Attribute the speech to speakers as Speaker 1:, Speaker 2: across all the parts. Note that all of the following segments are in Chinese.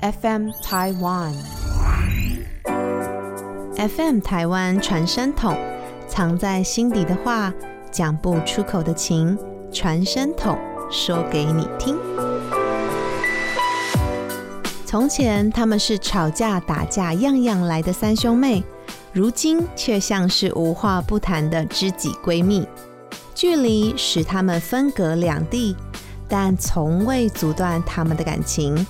Speaker 1: FM Taiwan。FM 台湾传声筒，藏在心底的话，讲不出口的情，传声筒说给你听。从前他们是吵架打架样样来的三兄妹，如今却像是无话不谈的知己闺蜜。距离使他们分隔两地，但从未阻断他们的感情。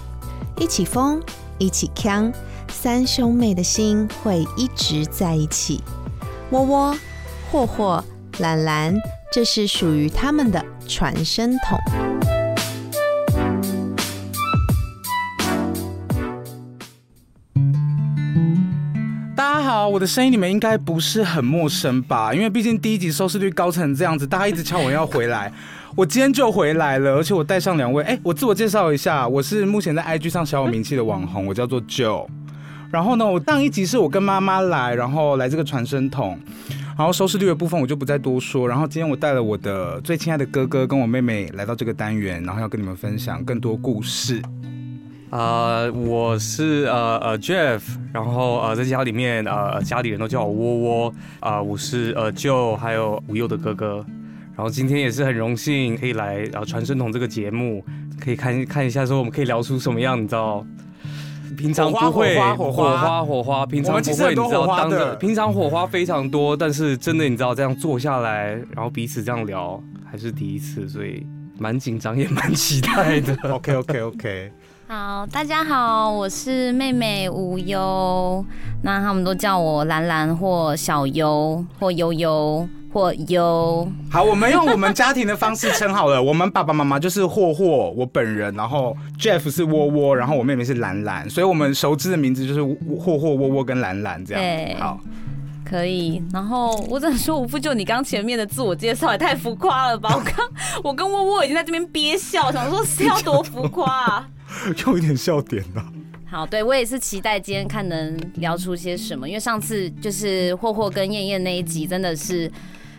Speaker 1: 一起疯，一起扛，三兄妹的心会一直在一起。窝窝、霍霍、懒懒，这是属于他们的传声筒。
Speaker 2: 大家好，我的声音你们应该不是很陌生吧？因为毕竟第一集收视率高成这样子，大家一直敲我要回来，我今天就回来了，而且我带上两位。哎、我自我介绍一下，我是目前在 IG 上小有名气的网红，我叫做 Joe。然后呢，我上一集是我跟妈妈来，然后来这个传声筒，然后收视率的部分我就不再多说。然后今天我带了我的最亲爱的哥哥跟我妹妹来到这个单元，然后要跟你们分享更多故事。
Speaker 3: 呃，我是呃呃 Jeff，然后呃在家里面呃家里人都叫我窝窝啊、我是呃舅还有无忧的哥哥，然后今天也是很荣幸可以来呃传声筒这个节目，可以看看一下说我们可以聊出什么样，你知道？平常
Speaker 2: 火花
Speaker 3: 不会
Speaker 2: 火花火花
Speaker 3: 火花火花平
Speaker 2: 我
Speaker 3: 常
Speaker 2: 们其
Speaker 3: 不
Speaker 2: 实
Speaker 3: 会，
Speaker 2: 很
Speaker 3: 你
Speaker 2: 多
Speaker 3: 知道
Speaker 2: 火花
Speaker 3: 当着
Speaker 2: 的
Speaker 3: 平常火花非常多，但是真的你知道这样坐下来，然后彼此这样聊还是第一次，所以蛮紧张也蛮期待的。
Speaker 2: OK OK OK，
Speaker 4: 好，大家好，我是妹妹无忧，那他们都叫我兰兰或小优或悠悠或优。
Speaker 2: 好，我们用我们家庭的方式称好了。我们爸爸妈妈就是霍霍，我本人，然后 Jeff 是窝窝，然后我妹妹是兰兰，所以我们熟知的名字就是霍霍、窝窝跟兰兰这样
Speaker 4: 对
Speaker 2: 子。好，
Speaker 4: 可以，然后我只能说，我不就你刚前面的自我介绍也太浮夸了吧！我刚我跟窝窝已经在这边憋笑，想说是要多浮夸、啊。
Speaker 2: 有一点笑点啊了。
Speaker 4: 好，对我也是期待今天看能聊出些什么，因为上次就是霍霍跟燕燕那一集真的是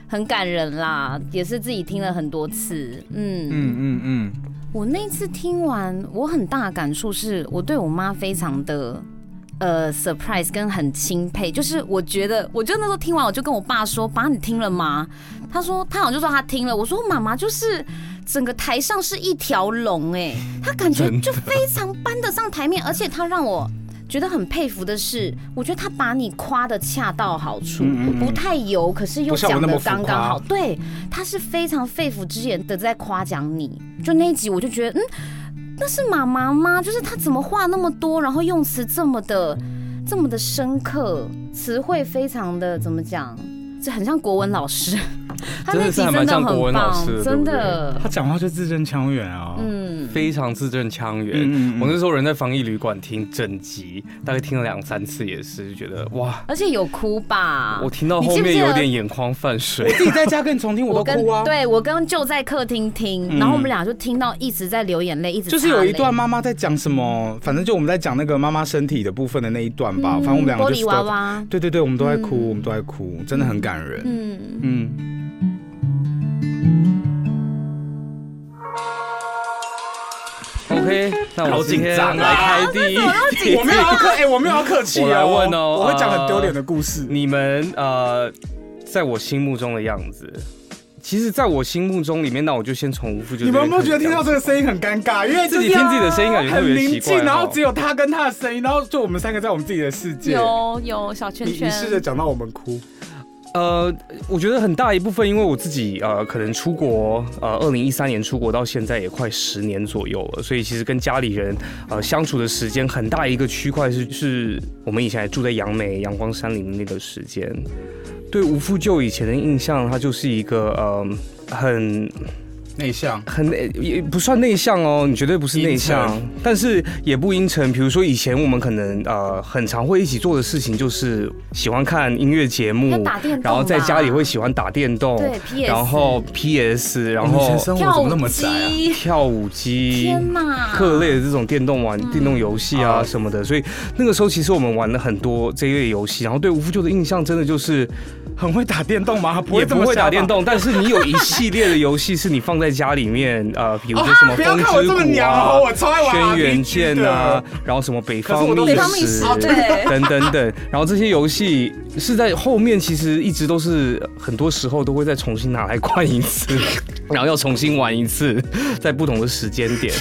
Speaker 4: 很感人啦，也是自己听了很多次，嗯
Speaker 2: 嗯嗯嗯，
Speaker 4: 我那次听完，我很大的感触是我对我妈非常的。呃，surprise 跟很钦佩，就是我觉得，我就那时候听完，我就跟我爸说：“爸，你听了吗？”他说：“他好像就说他听了。”我说：“妈妈就是整个台上是一条龙，哎，他感觉就非常搬得上台面，而且他让我觉得很佩服的是，我觉得他把你夸的恰到好处，不太油，可是又
Speaker 2: 不像我
Speaker 4: 讲
Speaker 2: 那么
Speaker 4: 的
Speaker 2: 浮
Speaker 4: 刚刚
Speaker 2: 夸
Speaker 4: 好，对，他是非常肺腑之言的在夸奖你。就那一集，我就觉得，嗯，那是妈妈吗？就是他怎么话那么多，然后用词这么的、这么的深刻，词汇非常的怎么讲？这很像国文老师， 他
Speaker 3: 真
Speaker 4: 那
Speaker 3: 的
Speaker 4: 集
Speaker 3: 是还蛮
Speaker 4: 真的
Speaker 3: 像国
Speaker 4: 很
Speaker 3: 文老
Speaker 4: 棒
Speaker 3: 师的，
Speaker 4: 真
Speaker 3: 对
Speaker 4: 的
Speaker 2: 他，讲话就字正腔圆啊。
Speaker 4: 嗯，
Speaker 3: 非常字正腔圆。
Speaker 2: 嗯嗯嗯
Speaker 3: 我那时候人在防疫旅馆听整集，大概听了两三次，也是就觉得哇，
Speaker 4: 而且有哭吧？
Speaker 3: 我听到后
Speaker 4: 啊你记不
Speaker 3: 面
Speaker 4: 记得
Speaker 3: 有点眼眶泛水
Speaker 2: 我。自己在家跟你重听，我都
Speaker 4: 跟
Speaker 2: 哭啊。
Speaker 4: 对我跟就在客厅听，
Speaker 2: 嗯
Speaker 4: 然后我们俩就听到一直在流眼泪，一直
Speaker 2: 就是
Speaker 4: 擦
Speaker 2: 有一
Speaker 4: 泪
Speaker 2: 段妈妈在讲什么，反正就我们在讲那个妈妈身体的部分的那一段吧。反
Speaker 4: 嗯
Speaker 2: 正我们两个
Speaker 4: 玻
Speaker 2: 就
Speaker 4: 璃
Speaker 2: 是
Speaker 4: 娃
Speaker 2: 都，
Speaker 4: 娃，
Speaker 2: 对对对，我们都在哭，我们都在哭，真的很感人。
Speaker 4: 嗯，
Speaker 2: 嗯。
Speaker 3: OK，那我
Speaker 2: 好
Speaker 3: 们今
Speaker 2: 紧
Speaker 3: 天
Speaker 2: 张啊
Speaker 3: 来开第一
Speaker 2: 我没有
Speaker 4: 啊
Speaker 2: 要 客，哎、我没有要客气、哦，
Speaker 3: 我来问哦
Speaker 2: 我会讲很丢脸的故事。
Speaker 3: 你们呃，在我心目中的样子。其实，在我心目中里面，那我就先从无父就
Speaker 2: 你们有没有觉得听到这个声音很尴尬？因为
Speaker 3: 自己听自己的声音感觉特
Speaker 2: 很
Speaker 3: 别
Speaker 2: 宁
Speaker 3: 奇怪
Speaker 2: 静，
Speaker 3: 哦
Speaker 2: 然后只有他跟他的声音，然后就我们三个在我们自己的世界。
Speaker 4: 有有小圈
Speaker 2: 你
Speaker 4: 圈
Speaker 2: 你，试着讲到我们哭，
Speaker 3: 呃，我觉得很大一部分，因为我自己呃，可能出国，呃，二零一三年出国到现在也快十年左右了，所以其实跟家里人呃相处的时间很大一个区块是是我们以前还住在杨梅阳光山林那个时间。对吴富舅以前的印象，他就是一个呃很
Speaker 2: 内向。
Speaker 3: 很呃也不算内向哦，你绝对不是内
Speaker 2: 阴
Speaker 3: 向
Speaker 2: 沉，
Speaker 3: 但是也不阴沉。比如说以前我们可能呃很常会一起做的事情，就是喜欢看音乐节
Speaker 4: 要
Speaker 3: 目，
Speaker 4: 打电动吧，
Speaker 3: 然后在家里会喜欢打电动，
Speaker 4: 对 PS，
Speaker 3: 然后 PS，然
Speaker 2: 哎
Speaker 3: 后
Speaker 4: 跳舞
Speaker 3: 啊
Speaker 4: 机，
Speaker 3: 跳舞机。
Speaker 4: 天哪，嗯
Speaker 3: 各类的这种电动玩、电动游戏啊
Speaker 2: 啊
Speaker 3: 什么的，所以那个时候其实我们玩了很多这一类游戏，然后对吴富舅的印象真的就是
Speaker 2: 很会打电动吗？他不
Speaker 3: 也
Speaker 2: 会这
Speaker 3: 不
Speaker 2: 么
Speaker 3: 会
Speaker 2: 吓吧
Speaker 3: 打电，动，但是你有一系列的游戏是你放在在家里面， 呃，比如说
Speaker 2: 哦
Speaker 3: 什么
Speaker 2: 不要
Speaker 3: 风
Speaker 2: 看我这么
Speaker 3: 之谷
Speaker 2: 娘
Speaker 3: 啊
Speaker 2: 哦，我超爱玩
Speaker 3: 轩辕
Speaker 2: RPG
Speaker 3: 剑
Speaker 2: 的
Speaker 3: 啊。，然后什么北
Speaker 2: 可
Speaker 3: 方
Speaker 2: 是我都
Speaker 3: 密
Speaker 2: 北
Speaker 4: 方密
Speaker 3: 室
Speaker 4: 室哦对
Speaker 3: 等等等，然后这些游戏是在后面其实一直都是很多时候都会再重新拿来灌一次， 然后要重新玩一次， 在不同的时间 点。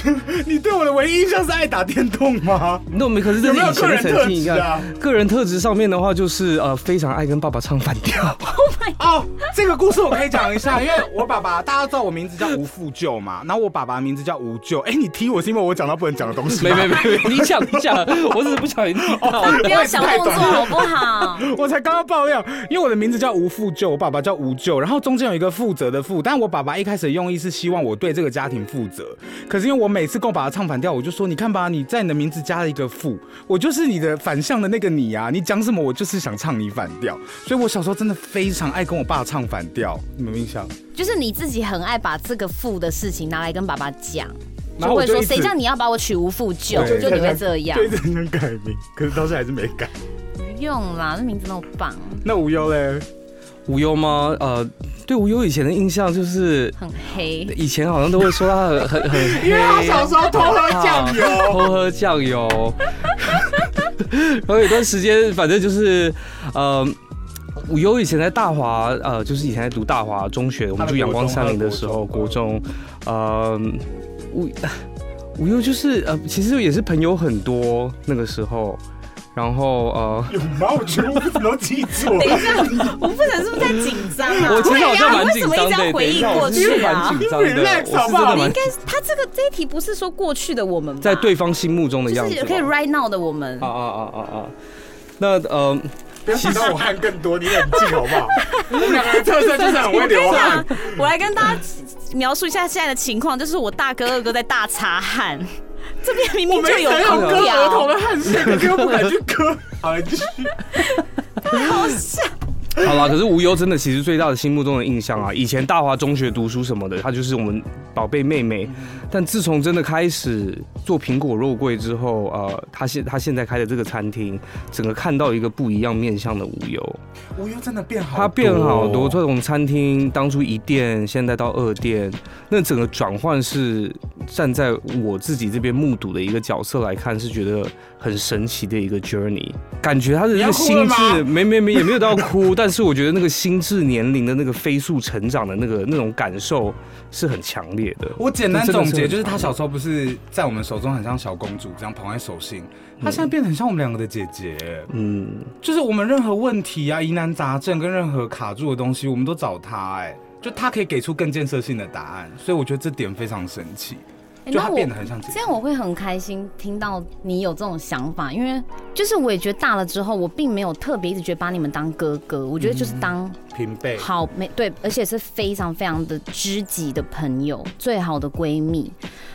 Speaker 2: 你对我的唯一印象是爱打电动吗？
Speaker 3: 那我们可是这
Speaker 2: 有
Speaker 3: 是
Speaker 2: 没有
Speaker 3: 以前
Speaker 2: 个
Speaker 3: 的
Speaker 2: 人
Speaker 3: 曾
Speaker 2: 特
Speaker 3: 经一
Speaker 2: 质
Speaker 3: 样。
Speaker 2: 啊？
Speaker 3: 个人特质上面的话，就是呃，非常爱跟爸爸唱反 调。
Speaker 2: 哦，这个故事我可以讲一下，因为我爸爸大家知道我名字叫吴富舅 嘛，然后我爸爸名字叫吴舅。哎，你踢我是因为我讲到不能讲的东西
Speaker 3: 没
Speaker 2: 吗？
Speaker 3: 没没没，你讲你讲，我只是不小心听到。
Speaker 4: 不要小动作好不好？
Speaker 2: 我才刚刚爆料，因为我的名字叫吴富舅，我爸爸叫吴舅，然后中间有一个负责的负，但我爸爸一开始的用意是希望我对这个家庭负责，可是因为我每次跟我爸爸唱反调，我就说你看吧，你在你的名字加了一个负，我就是你的反向的那个你啊，你讲什么我就是想唱你反调，所以我小时候真的非常爱跟我爸唱反调，你们有印象？
Speaker 4: 就是你自己很爱把这个负的事情拿来跟爸爸讲，
Speaker 2: 然后
Speaker 4: 就
Speaker 2: 我
Speaker 4: 会
Speaker 2: 就
Speaker 4: 说
Speaker 2: 一直
Speaker 4: 谁叫你要把我取无负旧，
Speaker 2: 对
Speaker 4: 就你会这样
Speaker 2: 就。一直很想改名，可是到现在还是没改。
Speaker 4: 不用啦，那名字那么棒，
Speaker 2: 那无忧嘞？
Speaker 3: 无忧吗？呃，对无忧以前的印象就是，
Speaker 4: 很黑。
Speaker 3: 以前好像都会说他很 很很
Speaker 2: 因为他小时候偷喝
Speaker 3: 酱
Speaker 2: 油，
Speaker 3: 偷喝酱油。 然后有段时间，反正就是，呃，我有以前在大华，呃，就是以前在读大华中学，我们住阳光山林的时候，国中，呃，我我又就是呃，其实也是朋友很多那个时候，然后呃，
Speaker 2: 有吗？我全部怎么记住？
Speaker 4: 等一下，我不能是不是在紧张 啊？
Speaker 3: 我其实好像蛮
Speaker 4: 对
Speaker 3: 紧张的，
Speaker 4: 啊你为什么一直要回忆过去啊
Speaker 3: 等 一下我是真的蛮
Speaker 2: Relax，
Speaker 3: 紧张的，我
Speaker 2: 好
Speaker 3: 是
Speaker 2: 不
Speaker 3: 真
Speaker 2: 好
Speaker 3: 的
Speaker 4: 你应
Speaker 3: 蛮
Speaker 4: 该是他这个这一题不是说过去的我们吧，
Speaker 3: 在对方心目中的
Speaker 4: 就
Speaker 3: 样子
Speaker 4: 是
Speaker 3: 吧。
Speaker 4: 可以 right now 的我们
Speaker 3: 啊。啊啊啊啊！那呃，
Speaker 2: 不要提到我汗更多，你冷静好不好？ 我们两个人特色就是很会流 汗。
Speaker 4: 哎我来跟大家描述一下现在的情况，就是我大哥二哥在大擦汗， 这边明
Speaker 2: 我
Speaker 4: 明
Speaker 2: 们
Speaker 4: 就有
Speaker 2: 想要
Speaker 4: 空
Speaker 2: 割额头
Speaker 4: 调，
Speaker 2: 的汗腺，
Speaker 4: 啊
Speaker 2: 可是又不敢去割。好了，你继续。
Speaker 4: 好笑。
Speaker 3: 好啦，可是无忧真的其实最大的心目中的印 象啊，以前大华中学读书什么的，她就是我们宝贝妹妹。但自从真的开始做苹果肉桂之后，呃，她现她现在开的这个餐厅，整个看到一个不一样面向的无忧，
Speaker 2: 无忧真的变好，哦
Speaker 3: 她变好多。这。种餐厅当初一店，现在到二店，那整个转换是站在我自己这边目睹的一个角色来看，是觉得很神奇的一个 journey。感觉他的那个心
Speaker 2: 你要哭了
Speaker 3: 智，没没没，也没有到哭，但是我觉得那个心智年龄的那个飞速成长的那个那种感受是很强烈的。
Speaker 2: 我简单
Speaker 3: 这真
Speaker 2: 总
Speaker 3: 的是
Speaker 2: 结
Speaker 3: 很
Speaker 2: 就是，她小时候不是在我们手中很像小公主这样捧在手心，她现在变得很像我们两个的姐姐。
Speaker 3: 嗯，
Speaker 2: 就是我们任何问题啊、疑难杂症跟任何卡住的东西，我们都找她。哎，就她可以给出更建设性的答案，所以我觉得这点非常神奇。
Speaker 4: 欸
Speaker 2: 就
Speaker 4: 那
Speaker 2: 她
Speaker 4: 我
Speaker 2: 变得很像姐
Speaker 4: 这
Speaker 2: 姐。
Speaker 4: 样我会很开心听到你有这种想法，因为就是我也觉得大了之后，我并没有特别一直觉得把你们当哥哥，我觉得
Speaker 2: 嗯
Speaker 4: 就是当
Speaker 2: 平辈。
Speaker 4: 好没对，而且是非常非常的知己的朋友，最好的闺蜜。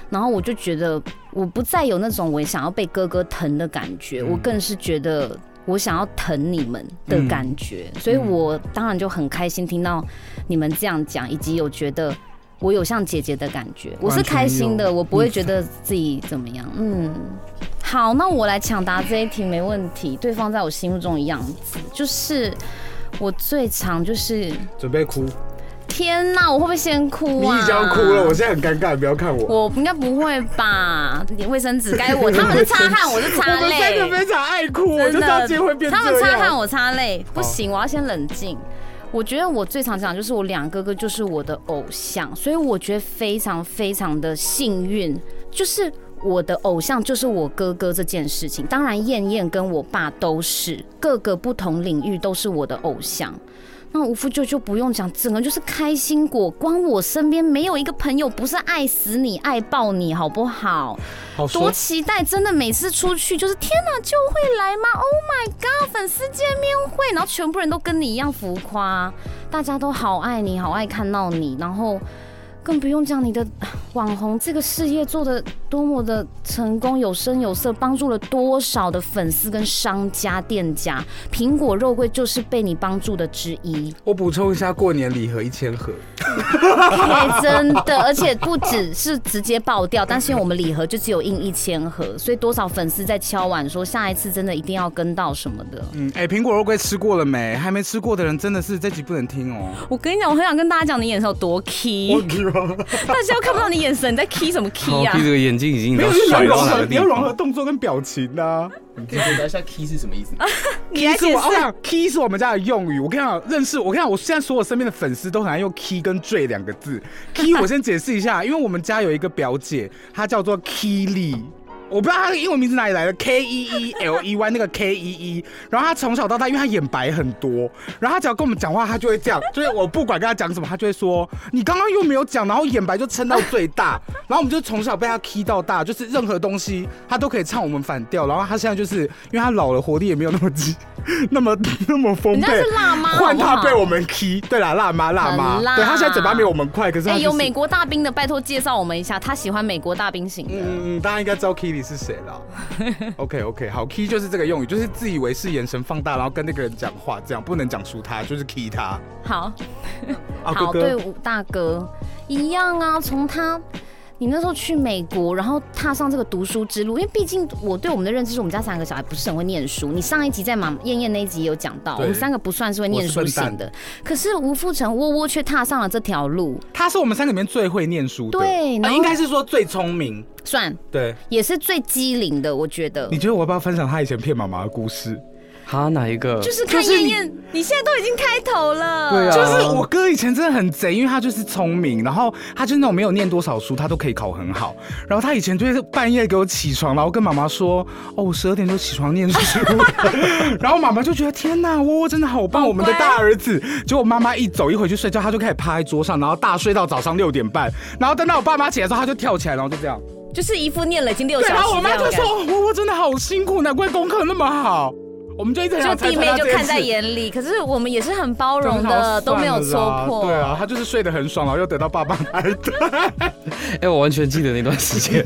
Speaker 4: 然后我就觉得我不再有那种我想要被哥哥疼的感觉，我更是觉得我想要疼你们的感觉，所以我当然就很开心听到你们这样讲，以及有觉得。我有像姐姐的感觉，我是开心的，我不会觉得自己怎么样。嗯，好，那我来抢答这一题没问题。对方在我心目中的样子，就是我最常就是
Speaker 2: 准备哭，
Speaker 4: 天呐，我会不会先哭
Speaker 2: 你
Speaker 4: 啊？
Speaker 2: 已经要哭了，我现在很尴尬，不要看我。
Speaker 4: 我应该不会吧？你卫生纸该我，他们是擦汗，我是
Speaker 2: 我
Speaker 4: 擦
Speaker 2: 们三
Speaker 4: 泪
Speaker 2: 个，非常爱哭，我
Speaker 4: 真
Speaker 2: 就知道
Speaker 4: 的
Speaker 2: 今天会变这
Speaker 4: 他
Speaker 2: 样。哦
Speaker 4: 们擦汗，我擦泪，不行，我要先冷静。我觉得我最常讲就是我两哥哥就是我的偶像，所以我觉得非常非常的幸运，就是我的偶像就是我哥哥这件事情。当然，燕燕跟我爸都是各个不同领域都是我的偶像。那无父舅就不用讲，整个就是开心果。光我身边没有一个朋友不是爱死你、爱爆你，好不好？
Speaker 2: 好
Speaker 4: 多期待！真的每次出去就是天哪，就会来吗？Oh my god，粉丝见面会，然后全部人都跟你一样浮夸，大家都好爱你，好爱看到你，然后更不用讲你的啊网红这个事业做的多么的成功，有声有色，帮助了多少的粉丝跟商家、店家。苹果肉桂就是被你帮助的之一。
Speaker 2: 我补充一下，过年礼盒一千盒，
Speaker 4: 嘿，哎真的，而且不只是直接爆掉，但是因为我们礼盒就只有印一千盒，所以多少粉丝在敲碗说下一次真的一定要跟到什么的。
Speaker 2: 嗯，哎、苹果肉桂吃过了没？还没吃过的人真的是这集不能听哦。
Speaker 4: 我跟你讲，我很想跟大家讲你眼神有多 key，大家又看不到你眼神，你在 key 什么 key 啊
Speaker 3: 逼？这个眼睛已经你
Speaker 2: 没
Speaker 3: 知
Speaker 2: 有，
Speaker 3: 道
Speaker 2: 你要融
Speaker 3: 甩到哪
Speaker 2: 合，
Speaker 3: 个
Speaker 2: 你
Speaker 3: 地
Speaker 2: 要融
Speaker 3: 方
Speaker 2: 合动作跟表情啊。
Speaker 5: 你可以解答一下 key 是什么意思吗？
Speaker 4: 你来
Speaker 2: key 是
Speaker 4: 解
Speaker 2: 我哦我
Speaker 4: 释。
Speaker 2: 想 key 是我们家的用语。我跟你讲，认识我跟你讲，我现在所有身边的粉丝都很爱用 key 跟坠两个字。key 我先解释一下，因为我们家有一个表姐，她叫做 k i l y 我不知道她的英文名字哪里来的，K E E L E Y 那个 K E E，然后她从小到大，因为她眼白很多，然后她只要跟我们讲话，她就会这样，就是我不管跟她讲什么，她就会说你刚刚又没有讲，然后眼白就撑到最大，然后我们就从小被她 key 到大，就是任何东西她都可以唱我们反调，然后她现在就是因为她老了，活力也没有那么激， 那么那么丰
Speaker 4: 人家
Speaker 2: 沛
Speaker 4: 是，辣妈，
Speaker 2: 换
Speaker 4: 好
Speaker 2: 她
Speaker 4: 不好
Speaker 2: 被我们 key，对啦，辣妈辣妈
Speaker 4: 很，辣
Speaker 2: 对她现在嘴巴没有我们快，可是她
Speaker 4: 哎、
Speaker 2: 就是
Speaker 4: 有美国大兵的，拜托介绍我们一下，他喜欢美国大兵型的。
Speaker 2: 嗯，大家应该知道 Kitty 是谁 了。OK OK，好，Key 就是这个用语，就是自以为是，眼神放大，然后跟那个人讲话，这样不能讲出他，就是 Key 他。
Speaker 4: 好，
Speaker 2: 啊，
Speaker 4: 好，
Speaker 2: 哥
Speaker 4: 对
Speaker 2: 哥，
Speaker 4: 武大哥一样啊，从他。你那时候去美国，然后踏上这个读书之路，因为毕竟我对我们的认知是我们家三个小孩不是很会念书。你上一集在马燕燕那一集也有讲到，
Speaker 2: 对
Speaker 4: 我们三个不算是会念书
Speaker 2: 我是笨
Speaker 4: 型
Speaker 2: 蛋
Speaker 4: 的，可是吴富城窝窝却踏上了这条路，
Speaker 2: 他是我们三个里面最会念书的，
Speaker 4: 对然
Speaker 2: 呃
Speaker 4: 后
Speaker 2: 应该是说最聪明。
Speaker 4: 算
Speaker 2: 对，
Speaker 4: 也是最机灵的，我觉得
Speaker 2: 你。觉得我要不要分享他以前骗妈妈的故事？
Speaker 3: 啊，哪一个？
Speaker 4: 就是看燕燕，你现在都已经开头了，
Speaker 3: 对啊
Speaker 2: 就是我哥以前真的很贼，因为他就是聪明，然后他就是那种没有念多少书，他都可以考很好。然后他以前就是半夜给我起床，然后跟妈妈说：“哦，我十二点就起床念书。” 然后妈妈就觉得天哪，窝窝真的好棒，
Speaker 4: 好乖
Speaker 2: 我们的大儿子。结果妈妈一走一回去睡觉，他就开始趴在桌上，然后大睡到早上六点半。然后等到我爸妈起来之后，他就跳起来，然后就这样。
Speaker 4: 就是一副念了已经六
Speaker 2: 对，
Speaker 4: 小时这
Speaker 2: 然
Speaker 4: 样
Speaker 2: 后我
Speaker 4: 的
Speaker 2: 妈
Speaker 4: 感
Speaker 2: 就
Speaker 4: 觉。
Speaker 2: 说：“哦窝窝真的好辛苦，难怪功课那么好。”我们就一直很
Speaker 4: 就
Speaker 2: 想
Speaker 4: 弟
Speaker 2: 拆
Speaker 4: 妹
Speaker 2: 穿她
Speaker 4: 就
Speaker 2: 这件
Speaker 4: 看在
Speaker 2: 事
Speaker 4: 眼里，可是我们也是很包
Speaker 2: 真
Speaker 4: 容
Speaker 2: 好算了
Speaker 4: 的，都没有
Speaker 2: 啦
Speaker 4: 戳破。
Speaker 2: 对啊，他就是睡得很爽，然后又得到爸爸的爱戴。
Speaker 3: 哎、我完全记得那段 时间，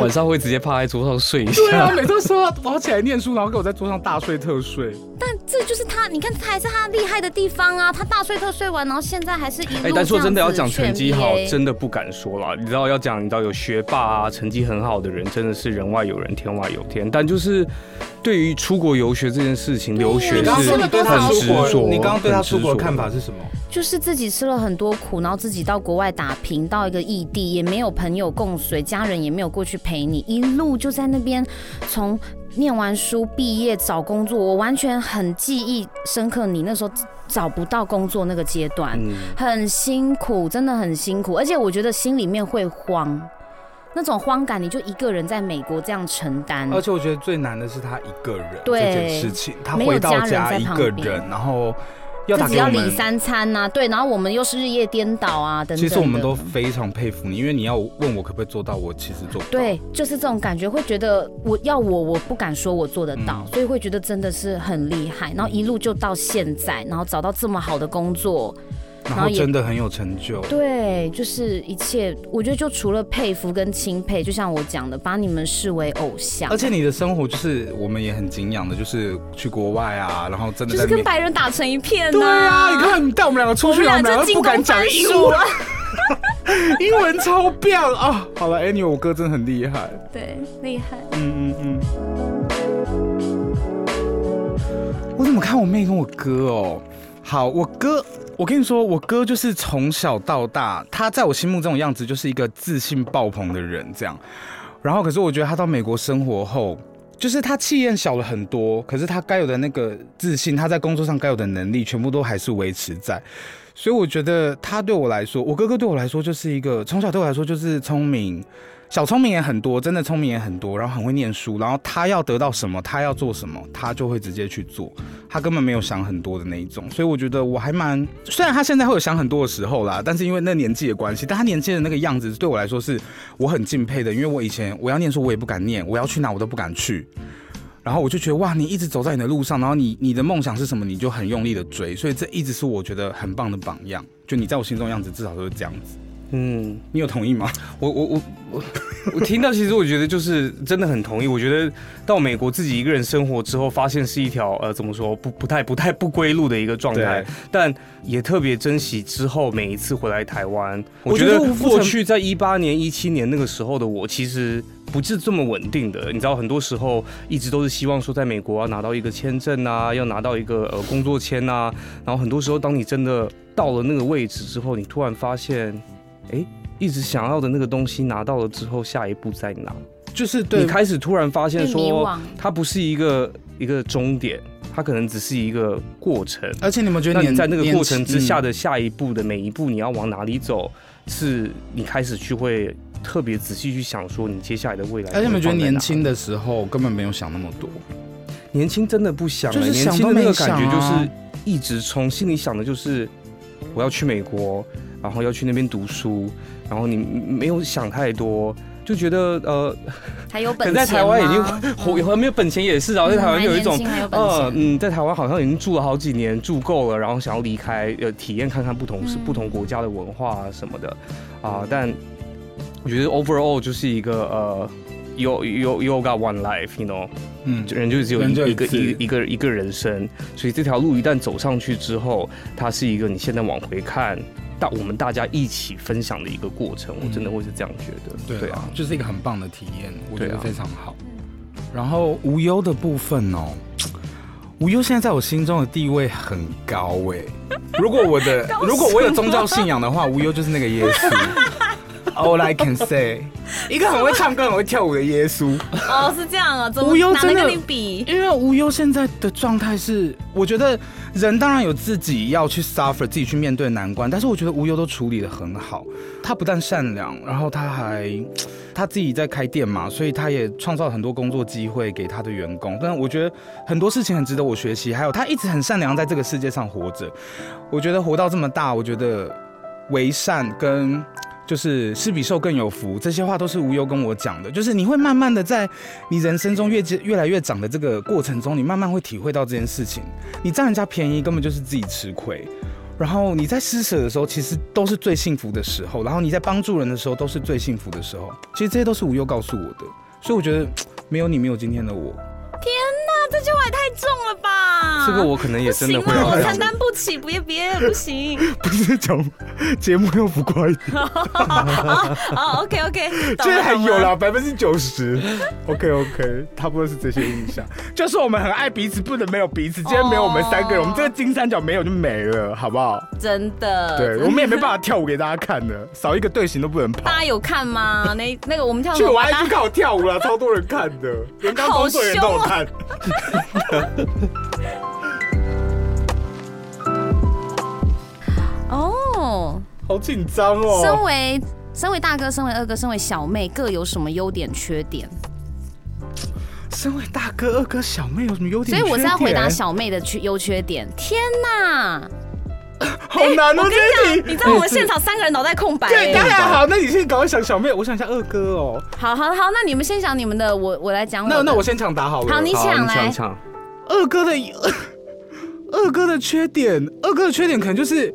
Speaker 3: 晚上会直接趴在桌上睡一
Speaker 2: 对
Speaker 3: 下。
Speaker 2: 啊，每次说我要起来念书，然后给我在桌上大睡特睡。
Speaker 4: 但这就是他，你看他还是他厉害的地方啊！他大睡特睡完，然后现在还是一路
Speaker 3: 哎、但说真的，要讲
Speaker 4: 这样
Speaker 3: 成
Speaker 4: 子
Speaker 3: 绩好
Speaker 4: NBA，
Speaker 3: 真的不敢说啦。你知道，要讲你知道有学霸啊，成绩很好的人，真的是人外有人，天外有天。但就是对于出国游学这件事情，
Speaker 4: 对啊
Speaker 3: 留学
Speaker 4: 你
Speaker 3: 是
Speaker 4: 刚刚说的
Speaker 3: 很
Speaker 4: 多好
Speaker 3: 执着。
Speaker 5: 你刚刚对他
Speaker 3: 很执
Speaker 5: 出国的
Speaker 3: 着
Speaker 5: 看法是什么？
Speaker 4: 就是自己吃了很多苦，然后自己到国外打拼，到一个异地，也没有朋友共随，家人也没有过去陪你，一路就在那边从。念完书毕业找工作，我完全很记忆深刻。你那时候找不到工作那个阶段，
Speaker 3: 嗯，
Speaker 4: 很辛苦，真的很辛苦，而且我觉得心里面会慌，那种慌感，你就一个人在美国这样承担。
Speaker 2: 而且我觉得最难的是他一个人这
Speaker 4: 嗯对
Speaker 2: 件事情，他
Speaker 4: 没有
Speaker 2: 回到
Speaker 4: 家
Speaker 2: 家
Speaker 4: 人
Speaker 2: 一
Speaker 4: 在旁
Speaker 2: 个
Speaker 4: 边
Speaker 2: 人，然后要打
Speaker 4: 自己
Speaker 2: 给我
Speaker 4: 要理
Speaker 2: 们。
Speaker 4: 三餐呐、对，然后我们又是日夜颠倒啊，等等的。
Speaker 2: 其实我们都非常佩服你，因为你要问我可不可以做到，我其实做不到。
Speaker 4: 对，就是这种感觉，会觉得我要我，我不敢说我做得
Speaker 2: 嗯
Speaker 4: 到，所以会觉得真的是很厉害。然后一路就到现在，然后找到这么好的工作，
Speaker 2: 然
Speaker 4: 然
Speaker 2: 后
Speaker 4: 后也
Speaker 2: 真的很有成就。
Speaker 4: 对，啊就是一切，我觉得就除了佩服跟钦佩，就像我讲的，把你们视为偶像
Speaker 2: 而，且你的生活就是我们也很敬仰的，就是去国外啊，然后真的
Speaker 4: 就
Speaker 2: 在
Speaker 4: 是
Speaker 2: 那
Speaker 4: 跟
Speaker 2: 边
Speaker 4: 白人打成一片、呐。
Speaker 2: 对啊，你看你带我们两个出去，啊然后我们两个不敢讲英文， 英文超棒啊！好了，Anyway，我哥真的很厉害。
Speaker 4: 对，厉害。
Speaker 2: 嗯嗯嗯。我怎么看我妹跟我哥哦？好，我哥，我跟你说，我哥就是从小到大，他在我心目中的样子就是一个自信爆棚的人，这样。然后，可是我觉得他到美国生活后，就是他气焰小了很多，可是他该有的那个自信，他在工作上该有的能力，全部都还是维持在。所以我觉得他对我来说，我哥哥对我来说就是一个从小对我来说就是聪明，小聪明也很多，真的聪明也很多，然后很会念书，然后他要得到什么，他要做什么，他就会直接去做，他根本没有想很多的那一种。所以我觉得我还蛮，虽然他现在会有想很多的时候啦，但是因为那年纪的关系，但他年轻的那个样子对我来说是我很敬佩的，因为我以前我要念书我也不敢念，我要去哪我都不敢去。然后我就觉得哇，你一直走在你的路上，然后你你的梦想是什么，你就很用力的追，所以这一直是我觉得很棒的榜样。就你在我心中的样子，至少都是这样子。
Speaker 3: 嗯，
Speaker 2: 你有同意吗？
Speaker 3: 我我我我 我听到，其实我觉得就是真的很同意。我觉得到美国自己一个人生活之后，发现是一条呃怎么说不不太不太不归路的一个状态
Speaker 2: 对，
Speaker 3: 但也特别珍惜之后每一次回来台湾。我
Speaker 2: 我
Speaker 3: 觉
Speaker 2: 觉
Speaker 3: 得
Speaker 2: 得
Speaker 3: 过去在一八年、一七年那个时候的我，其实。不是这么稳定的，你知道，很多时候一直都是希望说，在美国啊要拿到一个签证啊，要拿到一个呃工作签啊，然后很多时候，当你真的到了那个位置之后，你突然发现，哎，一直想要的那个东西拿到了之后，下一步在哪？
Speaker 2: 就是对
Speaker 3: 你开始突然发现
Speaker 4: 被迷
Speaker 3: 说，
Speaker 4: 惘，
Speaker 3: 它不是一个一个终点，它可能只是一个过程。
Speaker 2: 而且你们觉得
Speaker 3: 那你
Speaker 2: 年
Speaker 3: 在那个
Speaker 2: 年
Speaker 3: 过程之下
Speaker 2: 嗯
Speaker 3: 的下一步的每一步，你要往哪里走，是你开始去会特别仔细去想说你接下来的未来。
Speaker 2: 而且你们觉得年轻
Speaker 3: 的
Speaker 2: 的时候根本没有想那么多，
Speaker 3: 年轻真的不想、欸，
Speaker 2: 就是
Speaker 3: 年
Speaker 2: 想
Speaker 3: 轻
Speaker 2: 都
Speaker 3: 的那
Speaker 2: 没
Speaker 3: 个感
Speaker 2: 想
Speaker 3: 觉就是
Speaker 2: 啊
Speaker 3: 一直冲，心里想的就是我要去美国，然后要去那边读书，然后你没有想太多，就觉得呃
Speaker 4: 还有
Speaker 3: 可
Speaker 4: 本
Speaker 3: 能
Speaker 4: 钱
Speaker 3: 在台湾已
Speaker 4: 吗嗯
Speaker 3: 经 活有没有本钱也是啊，在台湾有一种
Speaker 4: 还年。轻还有本
Speaker 3: 呃
Speaker 4: 钱
Speaker 3: 嗯，在台湾好像已经住了好几年，住够了，然后想要离开，呃，体验看看不同是、
Speaker 4: 嗯
Speaker 3: 不同国家的文化啊什么的，啊、但我觉得 overall 就是一个呃，you you you got one life，you know，
Speaker 2: 嗯，
Speaker 3: 人就只有一
Speaker 2: 人就
Speaker 3: 一
Speaker 2: 一
Speaker 3: 个
Speaker 2: 次
Speaker 3: 一个一个一个人生，所以这条路一旦走上去之后，它是一个你现在往回看，大我们大家一起分享的一个过程，我真的会是这样觉得。
Speaker 2: 嗯对啊，就是一个很棒的体验，我觉
Speaker 3: 对
Speaker 2: 得
Speaker 3: 啊
Speaker 2: 非常好。然后无忧的部分哦，无忧现在在我心中的地位很高哎。如果我的如果我有宗教信仰的话，无忧就是那个耶稣。All I can say，一个很会唱歌、很会跳舞的耶稣。
Speaker 4: 哦，是这样啊，怎么
Speaker 2: 无忧
Speaker 4: 哪能
Speaker 2: 真的
Speaker 4: 跟你比？
Speaker 2: 因为无忧现在的状态是，我觉得人当然有自己要去 suffer，自己去面对难关，但是我觉得无忧都处理的很好。他不但善良，然后他还他自己在开店嘛，所以他也创造了很多工作机会给他的员工。但我觉得很多事情很值得我学习，还有他一直很善良，在这个世界上活着。我觉得活到这么大，我觉得为善跟。就是施比受更有福，这些话都是无忧跟我讲的。就是你会慢慢的在你人生中越接越来越长的这个过程中，你慢慢会体会到这件事情。你占人家便宜，根本就是自己吃亏。然后你在施舍的时候，其实都是最幸福的时候；然后你在帮助人的时候，都是最幸福的时候。其实这些都是无忧告诉我的，所以我觉得没有你，没有今天的我。
Speaker 4: 这句话也太重了吧？
Speaker 3: 这个我可能也真的
Speaker 4: 行
Speaker 3: 会
Speaker 4: 了，我
Speaker 3: 让
Speaker 4: 承担不起，别别不行。
Speaker 2: 不是讲节目又浮夸一点，
Speaker 4: 哦，OK OK，
Speaker 2: 这还有啦，百分之九十。OK OK，差不多是这些印象。就是我们很爱彼此，不能没有彼此。今天没有我们三个人，
Speaker 4: 哦
Speaker 2: 我们这个金三角没有就没了，好不好？
Speaker 4: 真的。
Speaker 2: 对，我们也没办法跳舞给大家看的，少一个队形都不能跑
Speaker 4: 大。家有看吗？那 那个我们跳
Speaker 2: 去
Speaker 4: 什么
Speaker 2: 我
Speaker 4: 大家
Speaker 2: IG 看我跳舞了，超多人看的，连刚工作人员都有看。
Speaker 4: 哦。
Speaker 2: 好紧张
Speaker 4: 身
Speaker 2: 哦！
Speaker 4: 为身为大哥，身为二哥，身为小妹，各有什么优点、缺点？
Speaker 2: 身为大哥、二哥、小妹有什么优
Speaker 4: 所
Speaker 2: 点？
Speaker 4: 以我是要回答
Speaker 2: 缺点，
Speaker 4: 小妹的缺优缺点。天哪！
Speaker 2: 好难哦，这一题。
Speaker 4: 你 知道我们现场三个人脑袋空白、
Speaker 2: 对，
Speaker 4: 欸。
Speaker 2: 当然好，那你先赶快想小妹，我想一下二哥哦。
Speaker 4: 好好好，那你们先讲你们的，我我来讲我的。
Speaker 2: 那那我先抢答好了。
Speaker 4: 好你
Speaker 3: 好，
Speaker 4: 抢
Speaker 3: 你
Speaker 4: 来
Speaker 3: 抢抢，
Speaker 2: 二哥的二哥的缺点，二哥的缺点可能就是。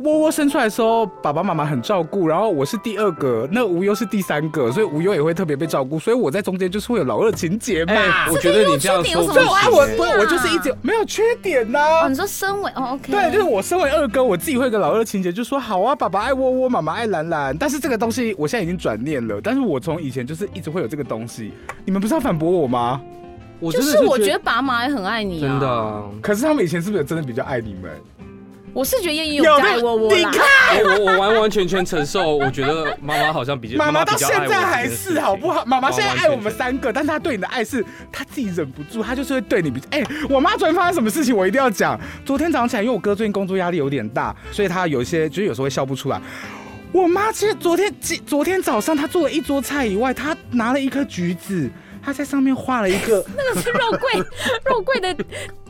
Speaker 2: 窝窝生出来的时候，爸爸妈妈很照顾，然后我是第二个，那无忧是第三个，所以无忧也会特别被照顾，所以我在中间就是会有老二情节嘛。
Speaker 3: 哎，我觉得你这样说
Speaker 4: 这个优缺点有什么
Speaker 2: 对
Speaker 3: 不
Speaker 2: 啊，
Speaker 3: 行
Speaker 2: 我
Speaker 3: 欸
Speaker 2: 不，我就是一直没有缺点呐、
Speaker 4: 哦，你说身为哦，OK，
Speaker 2: 对，就是我身为二哥，我自己会有一个老二情节，就说好啊，爸爸爱窝窝，妈妈爱兰兰。但是这个东西我现在已经转念了，但是我从以前就是一直会有这个东西。你们不是要反驳我吗？
Speaker 3: 我
Speaker 4: 就
Speaker 3: 真的
Speaker 4: 是我觉
Speaker 3: 得
Speaker 4: 得爸妈也很爱你、啊，
Speaker 3: 真的，啊。
Speaker 2: 可是他们以前是不是有真的比较爱你们？
Speaker 4: 我是觉得燕燕有比较爱窝窝
Speaker 2: 你
Speaker 4: 啦。
Speaker 2: 看
Speaker 3: 哎我我完完全全承受，我觉得妈妈好像比较
Speaker 2: 妈妈
Speaker 3: 比
Speaker 2: 到
Speaker 3: 较
Speaker 2: 现
Speaker 3: 爱我
Speaker 2: 在
Speaker 3: 这
Speaker 2: 还
Speaker 3: 件事
Speaker 2: 是
Speaker 3: 情
Speaker 2: 好不好？妈妈现在
Speaker 3: 完完
Speaker 2: 爱我
Speaker 3: 全
Speaker 2: 们
Speaker 3: 全
Speaker 2: 三个，但是她对你的爱是她自己忍不住，她就是会对你比较。哎、我妈昨天发生什么事情，我一定要讲。昨天早上起来，因为我哥最近工作压力有点大，所以他有一些就是有时候会笑不出来。我妈其实昨天昨昨天早上，她做了一桌菜以外，她拿了一颗橘子，她在上面画了一个。哦，
Speaker 4: 那个是肉桂， 肉桂的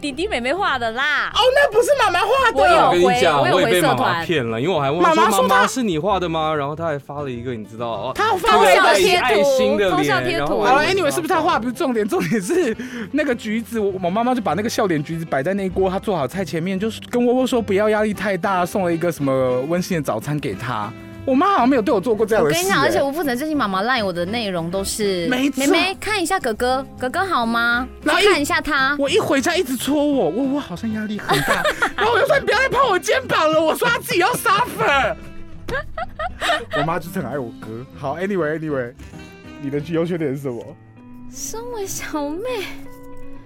Speaker 4: 弟弟妹妹画的啦。
Speaker 2: 哦那不是妈妈画
Speaker 4: 我有
Speaker 2: 的。
Speaker 3: 我跟你讲，
Speaker 4: 回我有
Speaker 3: 我也
Speaker 4: 回
Speaker 3: 被
Speaker 4: 社
Speaker 3: 妈妈
Speaker 4: 团
Speaker 3: 骗了，因为我还问
Speaker 2: 妈妈
Speaker 3: 我说
Speaker 2: 说
Speaker 3: 妈妈
Speaker 2: 她
Speaker 3: 是你画的吗？然后她还发了一个你知道哦，
Speaker 2: 她发
Speaker 4: 偷
Speaker 2: 了一
Speaker 4: 笑
Speaker 2: 个
Speaker 3: 爱
Speaker 4: 贴
Speaker 3: 爱心的
Speaker 4: 图，偷笑
Speaker 3: 脸
Speaker 4: 贴
Speaker 3: 然
Speaker 4: 图
Speaker 3: 后。
Speaker 2: 好了
Speaker 3: 我也
Speaker 2: ，anyway 是不是他画不是重点，重点是那个橘子，我我妈妈就把那个笑脸橘子摆在那一锅，她做好菜前面，就是跟窝窝说不要压力太大，送了一个什么温馨的早餐给她。
Speaker 5: 我妈好像没有对我做过这样
Speaker 4: 我
Speaker 5: 的
Speaker 4: 跟
Speaker 5: 事、
Speaker 4: 你讲，而
Speaker 2: 欸
Speaker 4: 且无负责最近妈妈赖我的内容都是
Speaker 5: 没错
Speaker 4: 妹妹看一下哥哥，哥哥好吗？去
Speaker 5: 然后一
Speaker 4: 看一下他，
Speaker 5: 我一回家一直戳我，我我好像压力很大，然后我就说你不要再碰我肩膀了，我说他自己要 suffer。我妈就是很爱我哥。好，anyway anyway，你的优缺点是什么？
Speaker 4: 身为小妹，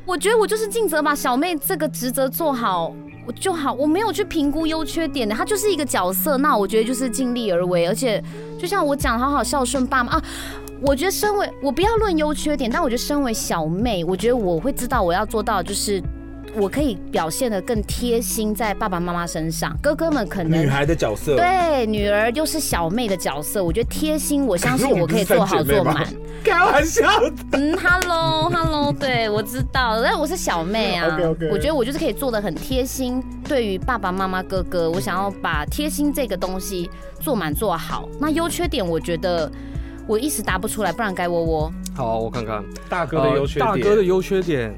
Speaker 4: 我觉得我就是尽责把小妹这个职责做好。我就好，我没有去评估优缺点的，她就是一个角色。那我觉得就是尽力而为，而且就像我讲，好好孝顺爸妈啊。我觉得身为我不要论优缺点，但我觉得身为小妹，我觉得我会知道我要做到的就是。我可以表现的更贴心在爸爸妈妈身上，哥哥们可能
Speaker 6: 女孩的角色，
Speaker 4: 对女儿又是小妹的角色，我觉得贴心，我相信
Speaker 5: 可是我
Speaker 4: 我
Speaker 5: 们
Speaker 4: 可以
Speaker 5: 不是
Speaker 4: 做
Speaker 5: 三
Speaker 4: 好
Speaker 5: 姐妹
Speaker 4: 做
Speaker 5: 吗
Speaker 4: 满。
Speaker 5: 开玩笑的，
Speaker 4: 嗯，Hello Hello，对我知道，但我是小妹啊
Speaker 5: OK，OK
Speaker 4: 我觉得我就是可以做的很贴心，对于爸爸妈妈、哥哥，我想要把贴心这个东西做满做好。那优缺点，我觉得我一时答不出来，不然该窝窝。
Speaker 3: 好，我看看
Speaker 5: 大哥
Speaker 3: 呃大哥的优缺点，